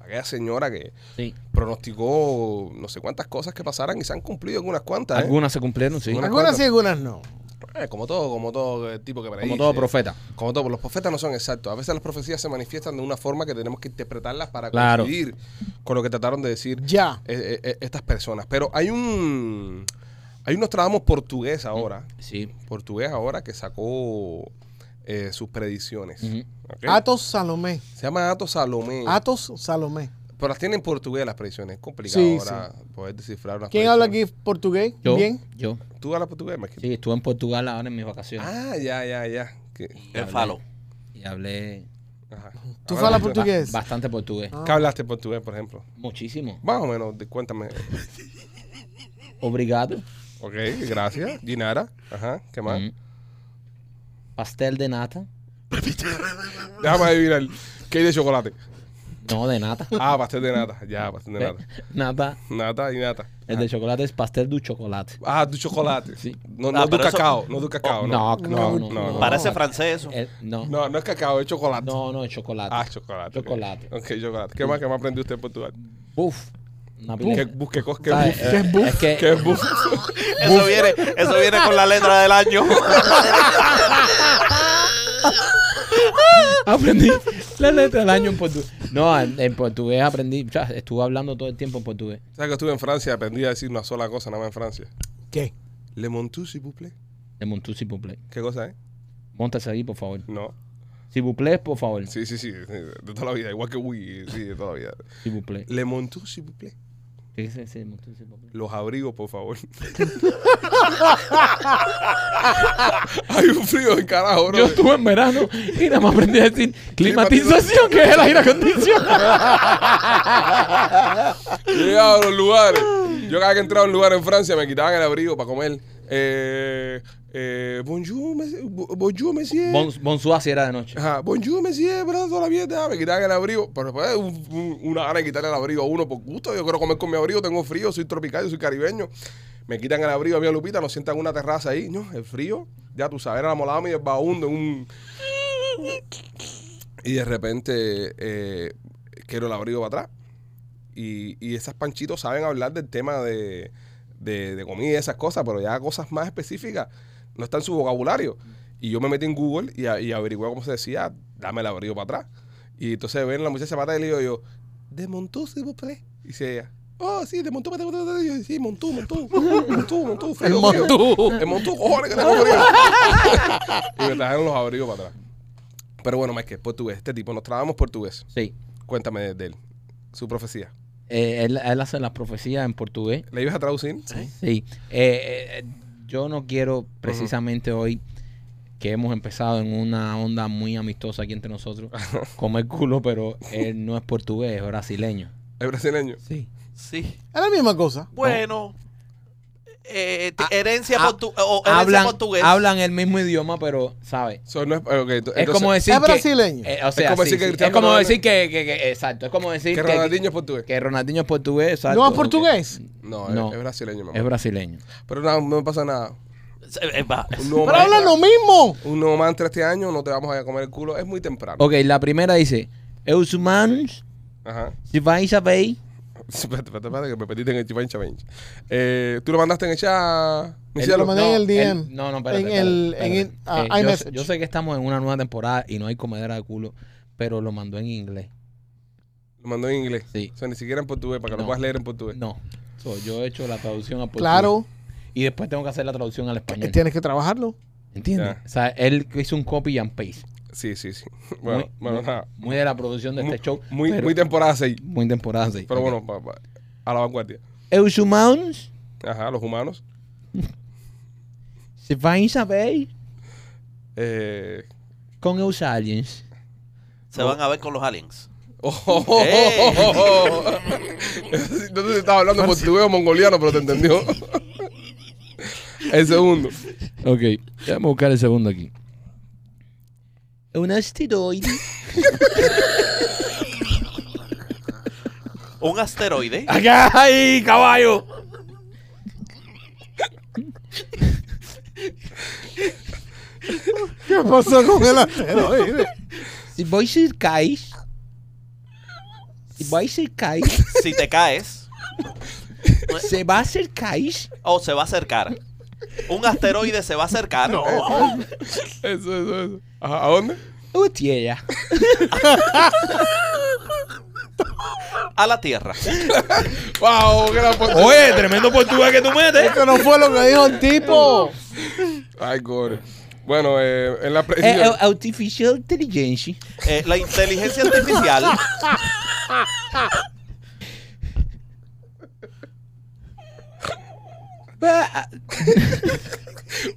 S1: Aquella señora que
S2: Sí.
S1: pronosticó no sé cuántas cosas que pasaran y se han cumplido algunas cuantas. ¿eh?
S2: Algunas se cumplieron, sí.
S1: Algunas
S3: Algunas sí, algunas no.
S1: Eh, como todo, como todo eh, tipo que predice.
S2: Como todo profeta.
S1: Como todo, los profetas no son exactos. A veces las profecías se manifiestan de una forma que tenemos que interpretarlas para
S2: Claro.
S1: coincidir con lo que trataron de decir
S3: Ya.
S1: eh, eh, eh, estas personas. Pero hay un. Hay un Nostradamus portugués ahora.
S2: Sí.
S1: Portugués ahora que sacó eh, sus predicciones.
S2: Ujú.
S1: ¿ok?
S3: Atos Salomé.
S1: Se llama Atos Salomé.
S3: Atos Salomé.
S1: Pero las tiene en portugués las predicciones. Es complicado
S3: Sí,
S1: ahora poder descifrar unas
S3: ¿Quién habla aquí
S1: predicciones.
S3: portugués?
S2: Yo.
S3: Bien.
S2: Yo.
S1: ¿Tú hablas portugués, Marquito?
S2: Sí, estuve en Portugal ahora en mis vacaciones.
S1: Ah, ya, ya, ya. ¿Qué?
S4: El falo.
S2: Y hablé
S1: Ajá.
S3: ¿Tú
S1: Ahora
S3: hablas
S1: tú-
S2: ba-
S3: portugués?
S2: bastante portugués.
S1: ¿Qué hablaste en portugués, por ejemplo?
S2: Muchísimo.
S1: Más o menos, de- cuéntame.
S2: Obrigado.
S1: Ok,
S2: <laughs>
S1: gracias. Ginara. Ajá, ¿qué más?
S2: Mm. Pastel de nata.
S1: Déjame adivinar. ¿Qué hay de
S2: <laughs>
S1: chocolate?
S2: No, de nata.
S1: Ah, pastel de nata. Ya, pastel <laughs> de nata.
S2: <laughs> nata.
S1: Nata y nata.
S2: El de chocolate es pastel du chocolate.
S1: Ah, tu chocolate.
S2: Sí.
S1: No, no
S4: Ah,
S1: tu
S4: pero eso-
S1: cacao. No tu cacao. No,
S2: No, no, no,
S1: no, no.
S4: Parece francés eso.
S2: Oh. El- Eh, no.
S1: No, no es cacao, es chocolate.
S2: No, no, es chocolate.
S1: Ah, chocolate. ok.
S2: Chocolate.
S1: Ok, chocolate. ¿Qué más, qué más aprendió usted en Portugal?
S2: Buf. Una
S1: ¿Qué
S2: pileta.
S1: bus? ¿Qué cos? ¿Qué
S2: ¿Sabes?
S1: bus?
S2: Eh, Es que
S1: ¿Qué bus?
S4: Eso viene, eso viene con la letra del año. <laughs>
S2: aprendí la letra del año en portugués. No, en, en portugués aprendí. O sea, estuve hablando todo el tiempo en portugués.
S1: ¿Sabes que estuve en Francia? Aprendí a decir una sola cosa nada más en Francia.
S3: ¿Qué?
S1: Le montou, s'il vous plaît.
S2: De Montú, si vous plaît.
S1: ¿Qué cosa es?
S2: Móntese ahí, por favor.
S1: No.
S2: Si vous plaît, por favor.
S1: Sí, sí, sí. sí, De toda la vida. Igual que Wii. Sí, de toda la vida.
S2: Si vous plaît.
S1: Le montou, s'il vous plaît.
S2: ¿Qué es ese Montú, si vous plaît?
S1: Los abrigos, por favor. <laughs> Hay un frío del carajo, bro.
S2: Yo estuve en verano y nada más aprendí a decir climatización, que es el aire acondicionado.
S1: Yo llegaba a los lugares. Yo cada que entraba a un lugar en Francia me quitaban el abrigo para comer. Eh, eh, bonjour, monsieur, bo- bonjour, monsieur.
S2: Bon, Bonsoir si era de noche.
S1: Ajá, bonjour, monsieur, brazo toda la mierda. Me quitaban el abrigo. Pero después, un- un- una gana de quitarle el abrigo a uno por gusto. Yo quiero comer con mi abrigo, tengo frío, soy tropical, yo soy caribeño. Me quitan el abrigo a mí a Lupita, nos sientan en una terraza ahí, ¿no? El frío, ya tú sabes, era la molada y el baúndo en un. Y de repente, eh, quiero el abrigo para atrás. Y, y esas panchitos saben hablar del tema de, de, de comida y esas cosas, pero ya cosas más específicas no está en su vocabulario. Y yo me metí en Google y, a- y averigué cómo se decía, dame el abrigo para atrás. Y entonces ven la muchacha para atrás y le digo yo, de Montú, si vos play. Y dice ella, oh, sí, de Montú, de Montú, de Montú". Y yo, sí, Montú, Montú, Montú, Montú, frío, frío. El Montú, cojones, que tengo frío. <laughs> y me trajeron los abrigos para atrás. Pero bueno, Mike, portugués, este tipo, nos trabamos portugués.
S2: Sí.
S1: Cuéntame de, de él, su profecía.
S2: Eh, él, él hace las profecías en portugués.
S1: ¿Le ibas a traducir?
S2: Sí. Eh, eh, yo no quiero precisamente hoy que hemos empezado en una onda muy amistosa aquí
S1: <laughs>
S2: entre nosotros comer culo, pero él no es portugués, es brasileño.
S1: ¿Es brasileño?
S2: Sí.
S4: Sí.
S3: Es la misma cosa.
S4: Bueno. eh, te-
S2: Ah,
S4: herencia,
S2: ah,
S4: portu- o herencia
S2: Hablan,
S4: portuguesa.
S2: hablan el mismo idioma, pero, ¿sabes?
S1: So, no es, ok,
S2: Es
S1: entonces,
S2: como decir
S3: es
S2: que-
S3: brasileño.
S2: eh, o sea, sí, sí. es
S1: como
S2: como
S1: decir que Cristiano Ronaldo-
S2: decir, que, que- que- exacto. Es como decir
S1: que
S2: que,
S1: Ronaldinho es portugués.
S2: que Ronaldinho es portugués. exacto,
S3: ¿No es
S2: que
S3: portugués?
S1: No, es-
S2: No.
S1: es brasileño, mi amor.
S2: Es brasileño.
S1: Pero nada, no me pasa nada.
S4: Eh, eh, va.
S1: Un nuevo,
S3: Pero hablan lo mismo.
S1: un nuevo mantra este año, no te vamos a comer el culo. Es muy temprano.
S2: Ok, la primera dice: Eus humanos,
S1: Ajá. <laughs>
S2: si vais a ver,
S1: Espérate, espérate, espérate, que me pediste en el chipancha chavench. Eh, Tú lo mandaste en el chat, mi
S2: Él
S1: cielo?
S3: lo mandé en el DM.
S2: él- no, no, espérate.
S3: En
S2: espérate,
S3: el-
S2: espérate.
S3: en el- ah,
S2: Eh, yo, sé-
S3: iMessage.
S2: yo sé que estamos en una nueva temporada y no hay comedera de culo, pero lo mandó en inglés.
S1: Lo mandó en inglés.
S2: Sí.
S1: O sea, ni siquiera en portugués, para que
S2: No.
S1: lo
S2: Mm.
S1: puedas leer en portugués.
S2: No. So, yo he hecho la traducción a portugués.
S3: Claro, Este eh,
S2: Y después tengo que hacer la traducción al español.
S3: tienes que trabajarlo. <laughs>
S2: ¿Entiendes?
S1: Ya.
S2: O sea, él hizo un copy and paste.
S1: Sí, sí, <laughs> sí. Bueno,
S2: muy,
S1: bueno,
S2: muy-
S1: nada.
S2: muy de la producción de
S1: Muy,
S2: este show.
S1: muy,
S2: pero-
S1: muy temporada 6.
S2: muy temporada, sí.
S1: Pero
S2: Ok.
S1: bueno, pa- pa- a la vanguardia.
S2: Eus humanos,
S1: Ajá, los humanos.
S2: se vais a ver
S1: Eh...
S2: con Eus aliens.
S4: Se van a ver con los aliens.
S2: <laughs>
S1: Oh, oh, oh, oh, oh, oh. No sé si estaba hablando portugués o mongoliano, pero te entendió. el segundo.
S2: Ok, vamos a buscar el segundo aquí. Un asteroide. <laughs>
S4: Un asteroide.
S2: <laughs> Ah, ¡Ay, caballo!
S3: ¿Qué pasó con el asteroide?
S2: Si vais a ir caes. Si vais a ir caes.
S4: si te caes.
S2: Se va a hacer caes.
S4: <laughs> O se va a acercar. Un asteroide se va a acercar.
S1: Eso, eso, eso. Ajá, ¿A dónde?
S2: O tierra.
S4: A la Tierra.
S1: ¡Wow! ¡Qué la puta!
S2: Oye, tremendo portugués que tú metes.
S3: Eso no fue lo que dijo el tipo.
S1: Ay, gore. Bueno, eh, en la
S2: Eh,
S1: precisión.
S2: au- artificial intelligence.
S4: Eh, la inteligencia artificial. <laughs>
S2: Va a-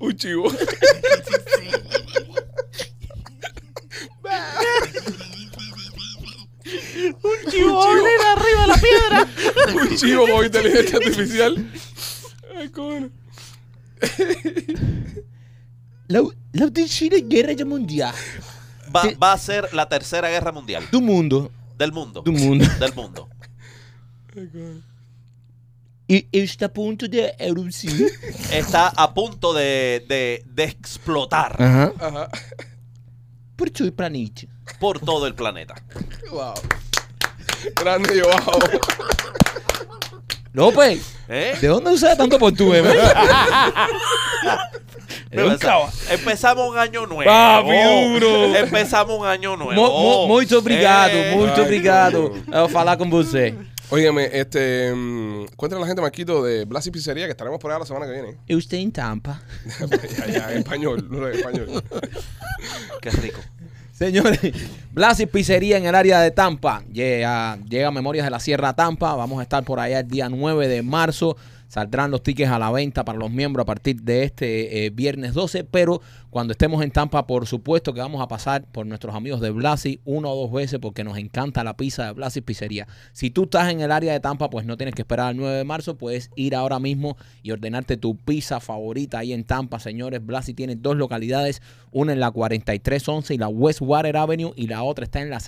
S1: Un
S2: <laughs>
S1: chivo. <laughs> Un chivo con inteligencia artificial. Ay, gore.
S2: La, la tercera guerra ya mundial.
S4: Va,
S2: Sí.
S4: va a ser la tercera guerra mundial.
S2: Do mundo.
S4: Del mundo.
S2: Do mundo.
S4: Del mundo.
S1: Ay, gore.
S2: E, está a punto de erupción.
S4: Está a punto de, de- de explotar
S2: Ajá.
S1: Ajá.
S2: Por todo el planeta.
S4: por todo el planeta.
S1: Wow. Grande yo, wow.
S2: López,
S4: ¿Eh?
S2: ¿de dónde usas tanto é portugués, man?
S4: Pero esa- empezamos un año nuevo.
S2: Papi, duro.
S4: Empezamos un año
S2: Mu-
S4: nuevo.
S2: mu- Muito obrigado,
S4: Eh,
S2: muito
S1: Ai,
S2: obrigado.
S1: meu.
S2: Eu vou falar com você.
S1: Óigame, este. mm, cuéntale a la gente, Marquito, de Blas y Pizzería, que estaremos por allá la semana que viene. <laughs>
S2: Eu estou em Tampa.
S1: ya, ya, en español, no en español.
S4: Qué rico.
S2: Señores, Blas y Pizzería en el área de Tampa. Llega, llega Memorias de la Sierra Tampa. Vamos a estar por allá el día 9 de marzo. Saldrán los tickets a la venta para los miembros a partir de este eh, viernes 12. Pero Cuando estemos en Tampa, por supuesto que vamos a pasar por nuestros amigos de Blasi una o dos veces porque nos encanta la pizza de Blasi Pizzería. Si tú estás en el área de Tampa, pues no tienes que esperar al 9 de marzo, puedes ir ahora mismo y ordenarte tu pizza favorita ahí en Tampa, señores. Blasi tiene dos localidades, una en la 4311 y la Westwater Avenue y la otra está en la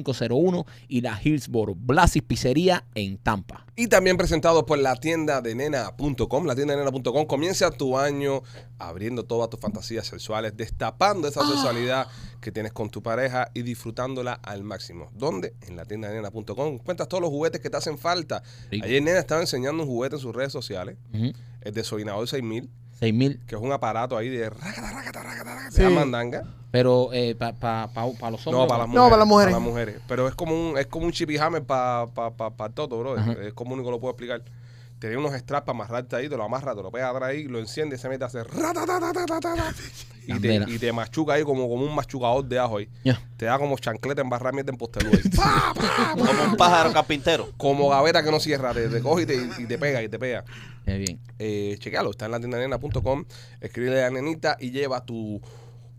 S2: 6501 y la Hillsboro. Blasi Pizzería en Tampa.
S1: Y también presentado por la tienda de nena.com. La tienda de nena.com comienza tu año abriendo todas tus fantasías sexuales, destapando esa sexualidad que tienes con tu pareja y disfrutándola al máximo. ¿Dónde? En la tienda de nena.com. Cuentas todos los juguetes que te hacen falta.
S2: Rico.
S1: Ayer Nena estaba enseñando un juguete en sus redes sociales, el desoinador 6000,
S2: 6000
S1: que es un aparato ahí de racata, racata, racata, racata,
S3: Sí.
S1: de mandanga.
S2: Pero eh, para pa, pa- pa los hombres.
S1: No, para las mujeres.
S3: No, para las mujeres.
S1: Pero es como un, es como un chippy hammer para pa, pa- pa el toto, bro. Es como único que lo puedo explicar. Tenía unos straps para amarrarte ahí, te lo amarras, te lo pegas atrás ahí, lo enciendes, se mete a hacer ratatatatata, y, te,
S2: Candela.
S1: y te machuca ahí como, como un machucador de ajo ahí.
S2: Ya.
S1: Te da como chancleta embarrar mierda en postelú
S3: <laughs>
S1: ahí. ¡Pa, pa!
S4: Como un pájaro carpintero.
S1: como gaveta que no cierra, te, te coge y te, y te pega, y te pega.
S2: Qué bien.
S1: Eh, chequealo, está en la tienda nena.com, escríbele a nenita y lleva tu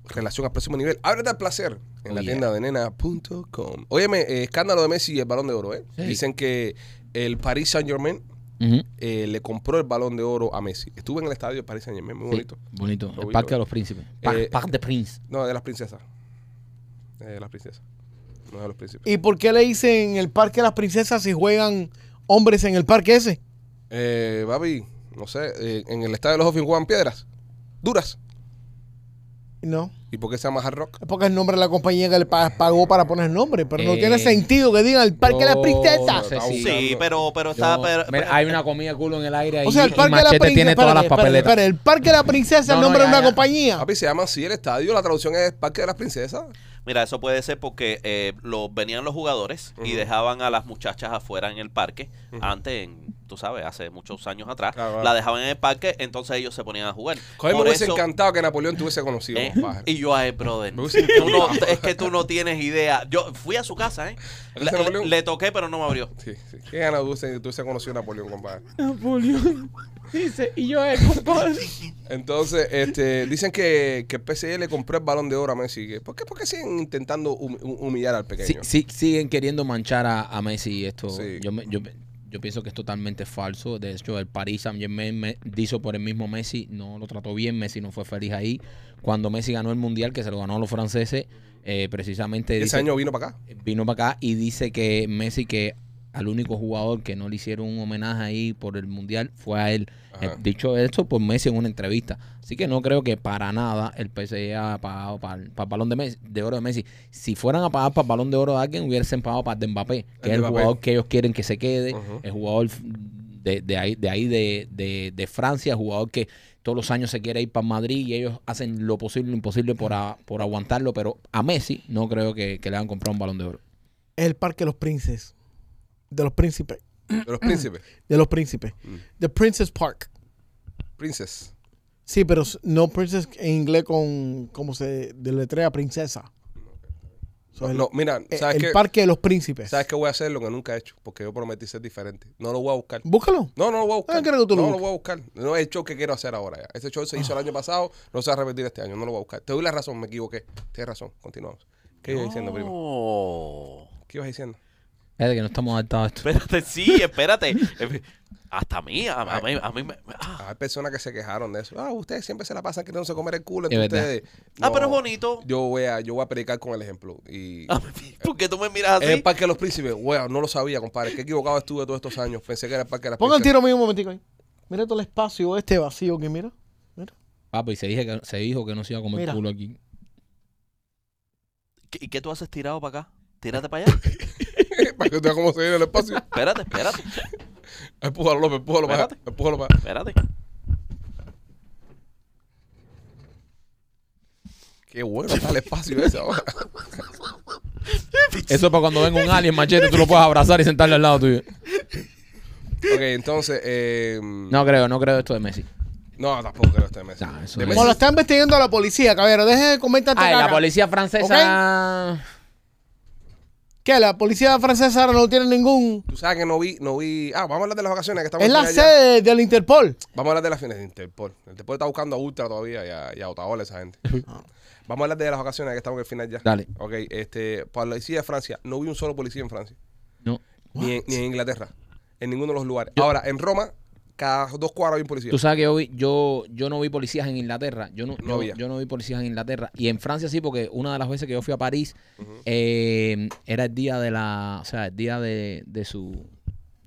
S1: relación al próximo nivel. Ábrete al placer en
S2: Oh,
S1: la
S2: yeah.
S1: tienda de nena.com. Óyeme, eh, escándalo de Messi y el balón de oro, ¿eh?
S2: Sí.
S1: Dicen que el Paris Saint Germain
S2: Ujú.
S1: le compró el balón de oro a Messi. Estuve en el estadio del Paris Saint Germain, muy
S2: Sí,
S1: bonito.
S2: bonito.
S1: Lo
S2: El
S1: vi,
S2: Parque
S1: lo
S2: de los Príncipes. Parque
S1: Eh,
S2: de Prince.
S1: No, de las princesas. Eh, de las princesas. No de los príncipes.
S3: ¿Y por qué le dicen el parque a las princesas si juegan hombres en el parque ese?
S1: Eh, Babi, no sé, eh, en el estadio de los Dolphins juegan piedras duras.
S3: No.
S1: ¿Y por qué se llama Hard Rock?
S3: Es porque el nombre de la compañía que le pa- pagó para poner el nombre, pero no
S2: Eh,
S3: tiene sentido que digan el parque de las
S2: no,
S3: princesas.
S2: no sé
S1: Sí,
S2: si-
S4: Sí,
S1: claro.
S4: pero, pero está.
S2: Yo-
S4: pero-
S2: mira, hay una comida culo en el aire ahí.
S3: O sea, el
S2: y
S3: parque de las
S2: Machete
S3: princesas.
S2: tiene todas las
S3: espérate, espérate,
S2: papeletas.
S3: espérate, el parque de las princesas es
S2: No,
S3: el
S2: no,
S3: nombre
S2: ya,
S3: de una
S2: ya.
S3: compañía.
S1: Papi, se llama así el estadio, la traducción es Parque de las Princesas.
S4: Mira, eso puede ser porque eh, los, venían los jugadores y
S1: Ujú.
S4: dejaban a las muchachas afuera en el parque. Antes, en- tú sabes, hace muchos años atrás,
S1: Claro, claro.
S4: la dejaban en el parque, entonces ellos se ponían a jugar.
S1: Joder, me
S4: Por
S1: hubiese
S4: eso-
S1: encantado que Napoleón tuviese conocido,
S4: ¿eh?
S1: compadre.
S4: Y yo a él, brother.
S1: Me hubiese
S4: Tú no-
S1: encantado.
S4: es que tú no tienes idea. Yo fui a su casa, ¿eh?
S1: ¿Eres de
S4: Le-
S1: Napoleón?
S4: le toqué, pero no me abrió.
S1: Sí, sí. ¿Qué gana tuviese, tuviese conocido Napoleón, compadre?
S5: Napoleón. Dice, y yo eh, compadre.
S1: Entonces, este, dicen que, que el PSG le compró el balón de oro a Messi. que- ¿Por qué, por qué siguen intentando hum- hum- humillar al
S2: <laughs> Sí,
S1: pequeño?
S2: sí, siguen queriendo manchar a, a Messi y esto.
S1: Sí.
S2: Yo, me- yo, yo pienso que es totalmente falso. De hecho, el Paris Saint Germain me hizo por el mismo Messi, no lo trató bien, Messi no fue feliz ahí. Cuando Messi ganó el Mundial, que se lo ganó a los franceses, eh, precisamente
S1: Y Ese
S2: dice-
S1: año vino para acá.
S4: Eh.
S2: vino para acá y dice que Messi que al único jugador que no le hicieron un homenaje ahí por el mundial fue a él.
S1: Ajá.
S2: Eh, dicho esto por Messi en una entrevista. Así que no creo que para nada el PSG haya pagado para el, para el balón de, Messi- de oro de Messi. Si fueran a pagar para el balón de oro de alguien, hubiesen pagado para el de Mbappé, que
S1: El
S2: es
S1: de
S2: el
S1: Mbappé.
S2: jugador que ellos quieren que se quede,
S1: Ujú.
S2: el jugador de, de ahí, de, ahí de, de- de Francia, jugador que todos los años se quiere ir para Madrid y ellos hacen lo posible, lo imposible por, a- por aguantarlo, pero a Messi no creo que, que le hayan comprado un balón de oro.
S3: Es el parque de los princes. De los príncipes.
S1: De los príncipes.
S3: De los príncipes.
S2: Mm.
S3: The Princess Park.
S1: Princess.
S3: Sí, pero s- no princess en inglés con como se deletrea princesa. So, el,
S1: No, mira,
S3: eh,
S1: ¿sabes
S3: el
S1: qué?
S3: parque de los príncipes.
S1: ¿Sabes qué voy a hacer? Lo que nunca he hecho, porque yo prometí ser diferente. No lo voy a buscar.
S3: Búscalo.
S1: No, no lo voy a buscar.
S3: Ah, creo que tú lo
S1: no lo voy a buscar. No es el show que quiero hacer ahora ya. Este show se hizo el año pasado, no se va a repetir este año. No lo voy a buscar. Te doy la razón, me equivoqué. Tienes razón. Continuamos. ¿Qué ibas diciendo, primo?
S4: No.
S1: ¿Qué ibas diciendo?
S2: Espérate que no estamos adaptados a esto.
S4: Oh, Espérate, sí, espérate. Hasta a mí, a, a mí, a mí me- ah.
S1: Hay personas que se quejaron de eso. Ah, ustedes siempre se la pasan queriéndose comer el culo
S2: Es
S1: entre
S2: verdad.
S1: ustedes.
S4: Ah,
S1: No,
S4: pero es bonito.
S1: <laughs> Yo voy a, yo voy a predicar con el ejemplo. Y
S4: Ah, ¿Por qué tú me miras
S1: es el
S4: así?
S1: Parque de los Príncipes. Wow, no lo sabía, compadre. Qué equivocado estuve todos estos años. Pensé que era el Parque de las
S3: Ponga el
S1: Princesas.
S3: tiro mío un momentico ahí. Mira todo el espacio este vacío que mira. Mira.
S2: Papi, se, dije que, se dijo que no se iba a comer
S3: Mira.
S2: culo aquí.
S4: ¿Qué- ¿Y qué tú haces tirado para acá? Tírate para allá.
S1: <laughs> Para que tú veas cómo se viene el
S4: <laughs>
S1: espacio.
S4: Espérate, espérate,
S1: Empújalo, López, empújalo para allá.
S4: Espérate.
S1: Empújalo para allá.
S4: espérate.
S1: Qué bueno está el espacio ese ahora.
S2: Eso es para cuando venga un alien machete, tú lo puedes abrazar y sentarle al lado tuyo.
S1: ok, entonces. Eh, no.
S2: No creo, no creo esto de Messi.
S1: tampoco creo este mes.
S2: No, Ah, eso
S1: De
S2: es-
S1: Messi-
S3: Como lo está investigando
S2: Ah,
S3: la policía, caballero. Deje de comentar
S2: Ay, la
S3: caca.
S2: policía francesa.
S3: que la policía francesa ahora no tiene ningún...
S1: Tú sabes que no vi, no vi. Ah, vamos a hablar de las vacaciones que estamos
S3: Es la
S1: en allá.
S3: sede del Interpol.
S1: Vamos a hablar de las fines de Interpol. El Interpol está buscando a Ultra todavía y a, y a Otaola, esa
S2: <laughs>
S1: gente. Vamos a hablar de las vacaciones que estamos en el final ya.
S2: Ah. Dale.
S1: Ok, este, policía de Francia. No vi un solo policía en Francia.
S2: No.
S1: Ni en, ni en Inglaterra. En ninguno de los lugares. Ahora, en Roma, cada dos cuadras hay un policía.
S2: Tú sabes que yo, vi- yo, yo no vi policías en Inglaterra. Yo no,
S1: No
S2: yo-
S1: había.
S2: yo no vi policías en Inglaterra. Y en Francia sí, porque una de las veces que yo fui a París eh, era el día de la. O sea, el día de, de su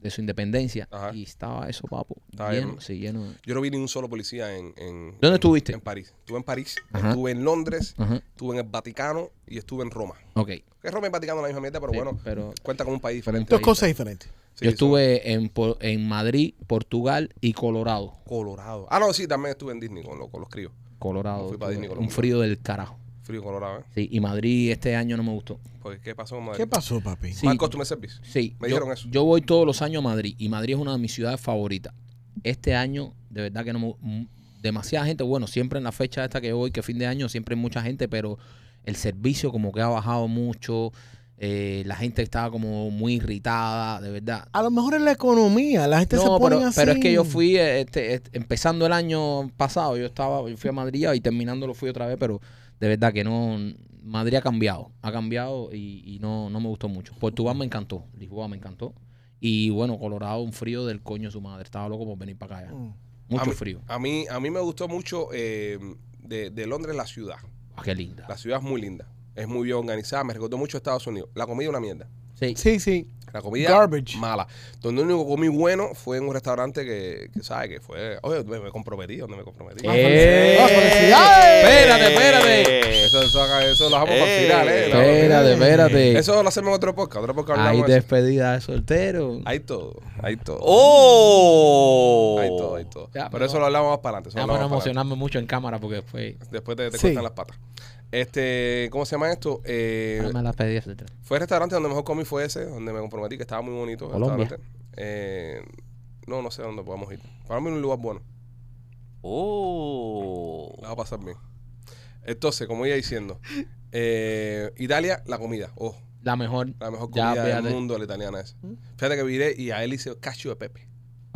S2: de su independencia.
S1: Ajá.
S2: Y estaba eso, papo.
S1: Estaba
S2: lleno,
S1: lleno.
S2: sí, lleno. de-
S1: Yo no vi ni un solo policía en. en-
S2: ¿Dónde
S1: en-
S2: estuviste?
S1: En París. Estuve en París,
S2: Ajá.
S1: estuve en Londres,
S2: Ajá.
S1: estuve en el Vaticano y estuve en Roma.
S2: Ok.
S1: Que Roma y el Vaticano es la misma mierda, pero
S2: Sí,
S1: bueno,
S2: pero-
S1: cuenta con un país diferente.
S3: Dos cosas diferentes.
S1: Sí,
S2: yo
S1: son-
S2: estuve en, Po- en Madrid, Portugal y Colorado.
S1: Colorado. Ah, no, sí, también estuve en Disney con, los- con los críos.
S2: Colorado.
S1: Fui para
S2: estuve.
S1: Disney,
S2: un
S1: Colombia.
S2: frío del carajo.
S1: Frío Colorado, ¿eh?
S2: Sí, y Madrid este año no me gustó.
S1: Porque, ¿qué pasó en Madrid?
S3: ¿Qué pasó, papi?
S2: Sí.
S1: Mal customer service.
S2: Sí,
S1: Me
S2: yo,
S1: dijeron eso.
S2: yo voy todos los años a Madrid y Madrid es una de mis ciudades favoritas. Este año, de verdad que no me- m- demasiada gente, bueno, siempre en la fecha esta que yo voy, que fin de año, siempre hay mucha gente, pero el servicio como que ha bajado mucho, eh, la gente estaba como muy irritada, de verdad.
S3: A lo mejor es la economía, la gente se
S2: No,
S3: pone
S2: pero,
S3: así.
S2: pero es que yo fui eh, este, este, empezando el año pasado, yo estaba, yo fui a Madrid ya y terminando lo fui otra vez, pero de verdad que no, Madrid ha cambiado, ha cambiado y, y no, no me gustó mucho. Portugal me encantó, Lisboa me encantó y bueno, Colorado un frío del coño de su madre, estaba loco por venir para acá ya.
S3: Mm.
S1: A
S2: Mucho
S1: mí-
S2: frío.
S1: A mí, a mí me gustó mucho eh, de, de Londres la ciudad.
S2: Ah, qué linda.
S1: La ciudad es muy linda. Es muy bien organizada. Me recordó mucho a Estados Unidos. La comida es una mierda.
S2: Sí.
S3: Sí, sí.
S1: La comida
S3: Garbage.
S1: mala. Donde lo único que comí bueno fue en un restaurante que, que ¿sabes? Que fue... Oye, me, me comprometí. ¿Dónde me comprometí?
S2: ¡Eh!
S3: ¡Ah, felicidades!
S2: Espérate, espérate.
S1: Eso, eso, eso lo dejamos
S4: Eh.
S1: para el final, ¿eh? Lo-
S2: Espérate, espérate.
S1: Eso lo hacemos en otro podcast. Otro podcast
S2: Hay
S1: hablamos de eso.
S2: despedida de soltero.
S1: Hay todo. Hay todo.
S4: ¡Oh!
S1: Hay todo, hay todo.
S2: Ya,
S1: Pero
S2: Ah, pero-
S1: eso lo hablamos más para adelante. eso lo
S2: Vamos a no
S1: hablamos más para adelante.
S2: emocionarme mucho en cámara porque después...
S1: Después te, te
S3: Sí.
S1: cortan las patas. Este, ¿cómo se llama esto? Eh,
S2: Ahora me la pedí de soltero.
S1: fue el restaurante donde mejor comí fue ese, donde me comprometí, que estaba muy bonito. el
S2: Colombia.
S1: restaurante. Eh, no, no sé a dónde podamos ir. Para mí es un lugar bueno.
S4: ¡Oh!
S1: La va a pasar bien. Entonces, como iba diciendo, eh, Italia, la comida. Oh,
S2: La mejor.
S1: la mejor
S2: Ya,
S1: comida del
S2: fíjate. ¿Mm?
S1: mundo, la italiana es. Fíjate que viré y a él hice cacho de pepe.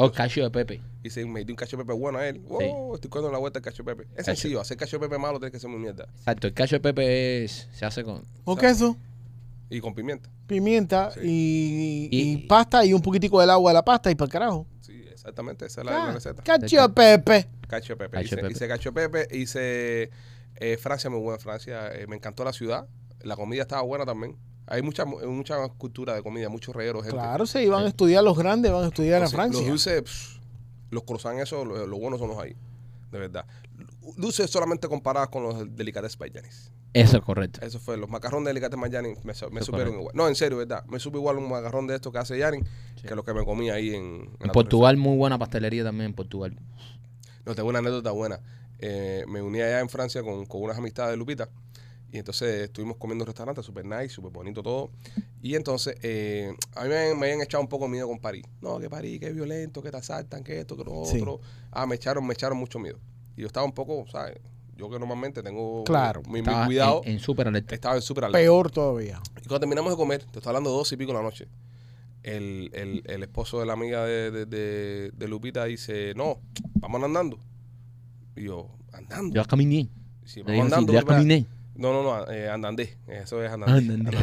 S2: Oh, cacho de Pepe.
S1: Y se me dio un cacho de pepe bueno a él. Wow, estoy cogiendo la vuelta al cacho de pepe. Es sencillo, hacer cacho de pepe malo tienes que ser muy mierda.
S2: Exacto, el cacho de Pepe es- se hace con.
S3: Con queso,
S1: Y con pimienta.
S3: pimienta y, y
S2: Y-
S3: pasta y un poquitico del agua de la pasta y para carajo.
S1: Sí, exactamente, esa es la, la
S3: Ah,
S1: receta.
S3: Cacho Pepe.
S1: Cacho de Pepe.
S2: Cacho de
S1: hice,
S2: Pepe.
S1: hice Cacho de Pepe, hice eh, Francia, muy buena Francia. eh, me encantó la ciudad. La comida estaba buena también. Hay mucha, mucha cultura de comida, muchos regueros. gente.
S3: Claro, sí, van a estudiar los grandes, van a estudiar a
S1: Entonces,
S3: Francia.
S1: Pues Los dulces, pss, los croissants, esos, lo, lo buenos son los ahí. De verdad. Dulces solamente comparadas con los delicates payanis.
S2: Eso es correcto.
S1: Eso fue, los macarrones de delicates payanis me, so- me
S2: Es
S1: supieron
S2: correcto.
S1: igual. No, en serio, ¿verdad? Me supo igual un macarrón de estos que hace Yanni que los que me comí ahí en, en
S2: En
S1: la
S2: Portugal, muy buena pastelería también en Portugal.
S1: No, tengo una anécdota buena. Eh, me uní allá en Francia con, con unas amistades de Lupita. Y entonces estuvimos comiendo en un restaurante súper nice, súper bonito todo. Y entonces eh, a mí me, habían- me habían echado un poco miedo con París. No, que París, que es violento, que te asaltan, que esto, que lo
S3: Sí.
S1: otro. Ah, me echaron, me echaron mucho miedo. Y yo estaba un poco, ¿sabes? Yo que normalmente tengo
S3: Claro,
S1: mi, mi
S2: Estaba
S1: cuidado,
S2: En, en super alerta.
S1: estaba en súper alerta.
S3: Peor todavía.
S1: Y cuando terminamos de comer, te estoy hablando de dos y pico de la noche, el, el- el esposo de la amiga de, de- de- de Lupita dice, no, vamos andando. Y yo, andando.
S2: Yo caminé.
S1: Sí,
S2: Le
S1: vamos
S2: digo así,
S1: andando.
S2: yo
S1: Lupita".
S2: caminé.
S1: No, no, no, eh, andandé. Eso es andandé.
S2: Andando.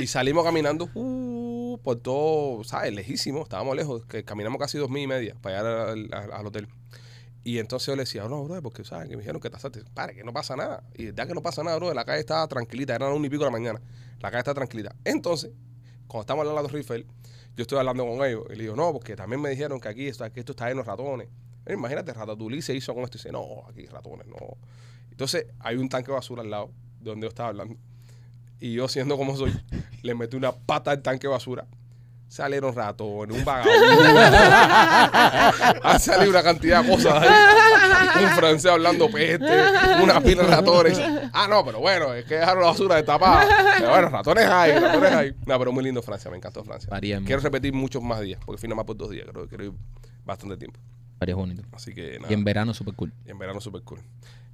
S1: Y salimos caminando uh, por todo, ¿sabes? Lejísimo, estábamos lejos, que caminamos casi dos mil y media para llegar al, al- al hotel. Y entonces yo le decía, no, bro, porque, ¿sabes? Que me dijeron que te asaltes. Para, que no pasa nada. Y de verdad que no pasa nada, bro. La calle estaba tranquilita, eran un y pico de la mañana. La calle está tranquilita. Entonces, cuando estamos hablando de la Torre Eiffel, yo estoy hablando con ellos. Y le digo, no, porque también me dijeron que aquí esto, que esto está en los ratones. Eh, imagínate, Ratatouille se hizo con esto. Y dice, no, aquí ratones, no. Entonces, hay un tanque de basura al lado de donde yo estaba hablando. Y yo, siendo como soy, le metí una pata al tanque de basura. Salieron ratones, un vagabundo. Han salido una cantidad de cosas ahí. Un francés hablando peste, una pila de ratones. Ah, no, pero bueno, es que dejaron la basura destapada. Pero bueno, ratones hay, ratones hay. No, pero muy lindo Francia, me encantó Francia.
S2: París es
S1: Quiero
S2: muy-
S1: repetir muchos más días, porque fui nada más por dos días, creo que quiero ir bastante tiempo.
S2: París es bonito.
S1: Así que nada.
S2: Y en verano, super cool.
S1: Y en verano súper cool.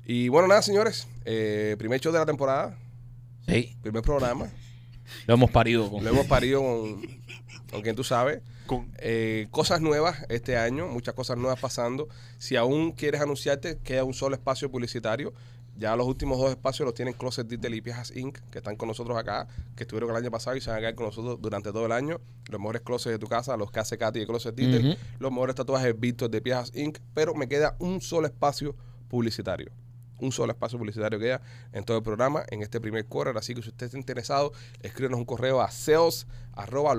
S1: Y bueno, nada, señores. eh, primer show de la temporada.
S2: Sí.
S1: Primer programa.
S2: Lo hemos parido con.
S1: Lo hemos parido con, con quien tú sabes.
S4: Con-
S1: Eh, cosas nuevas este año, muchas cosas nuevas pasando. Si aún quieres anunciarte, queda un solo espacio publicitario. Ya los últimos dos espacios los tienen Closet Detail y Piezas Inc., que están con nosotros acá, que estuvieron el año pasado y se van a quedar con nosotros durante todo el año. Los mejores closets de tu casa, los que hace Katy de Closet Detail,
S2: Ujú.
S1: los mejores tatuajes Víctor de Piezas Inc., pero me queda un solo espacio publicitario. Un solo espacio publicitario queda en todo el programa, en este primer quarter. Así que si usted está interesado, escríbenos un correo a seos arroba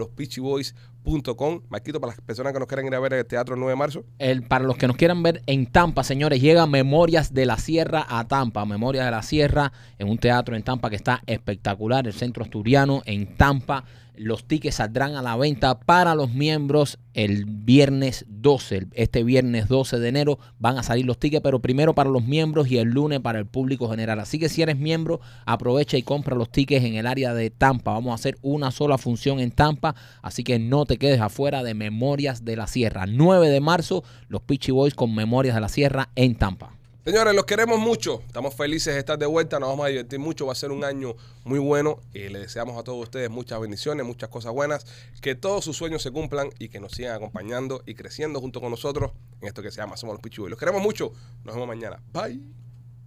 S1: lospitchyboys.com. Marquito, para las personas que nos quieran ir a ver el teatro el 9 de marzo,
S2: El- para los que nos quieran ver en Tampa, señores, llega Memorias de la Sierra a Tampa. Memorias de la Sierra en un teatro en Tampa que está espectacular, el centro asturiano en Tampa. Los tickets saldrán a la venta para los miembros el viernes 12. El- Este viernes 12 de enero van a salir los tickets, pero primero para los miembros y el lunes para el público general. Así que si eres miembro, aprovecha y compra los tickets en el área de Tampa. Vamos a hacer una sola función en Tampa, así que no te quedes afuera de Memorias de la Sierra. 9 de marzo, los Peachy Boys con Memorias de la Sierra en Tampa.
S1: Señores, los queremos mucho. Estamos felices de estar de vuelta. Nos vamos a divertir mucho. Va a ser un año muy bueno. Y le deseamos a todos ustedes muchas bendiciones, muchas cosas buenas. Que todos sus sueños se cumplan y que nos sigan acompañando y creciendo junto con nosotros en esto que se llama Somos los Pichiboy. Los queremos mucho. Nos vemos mañana. Bye.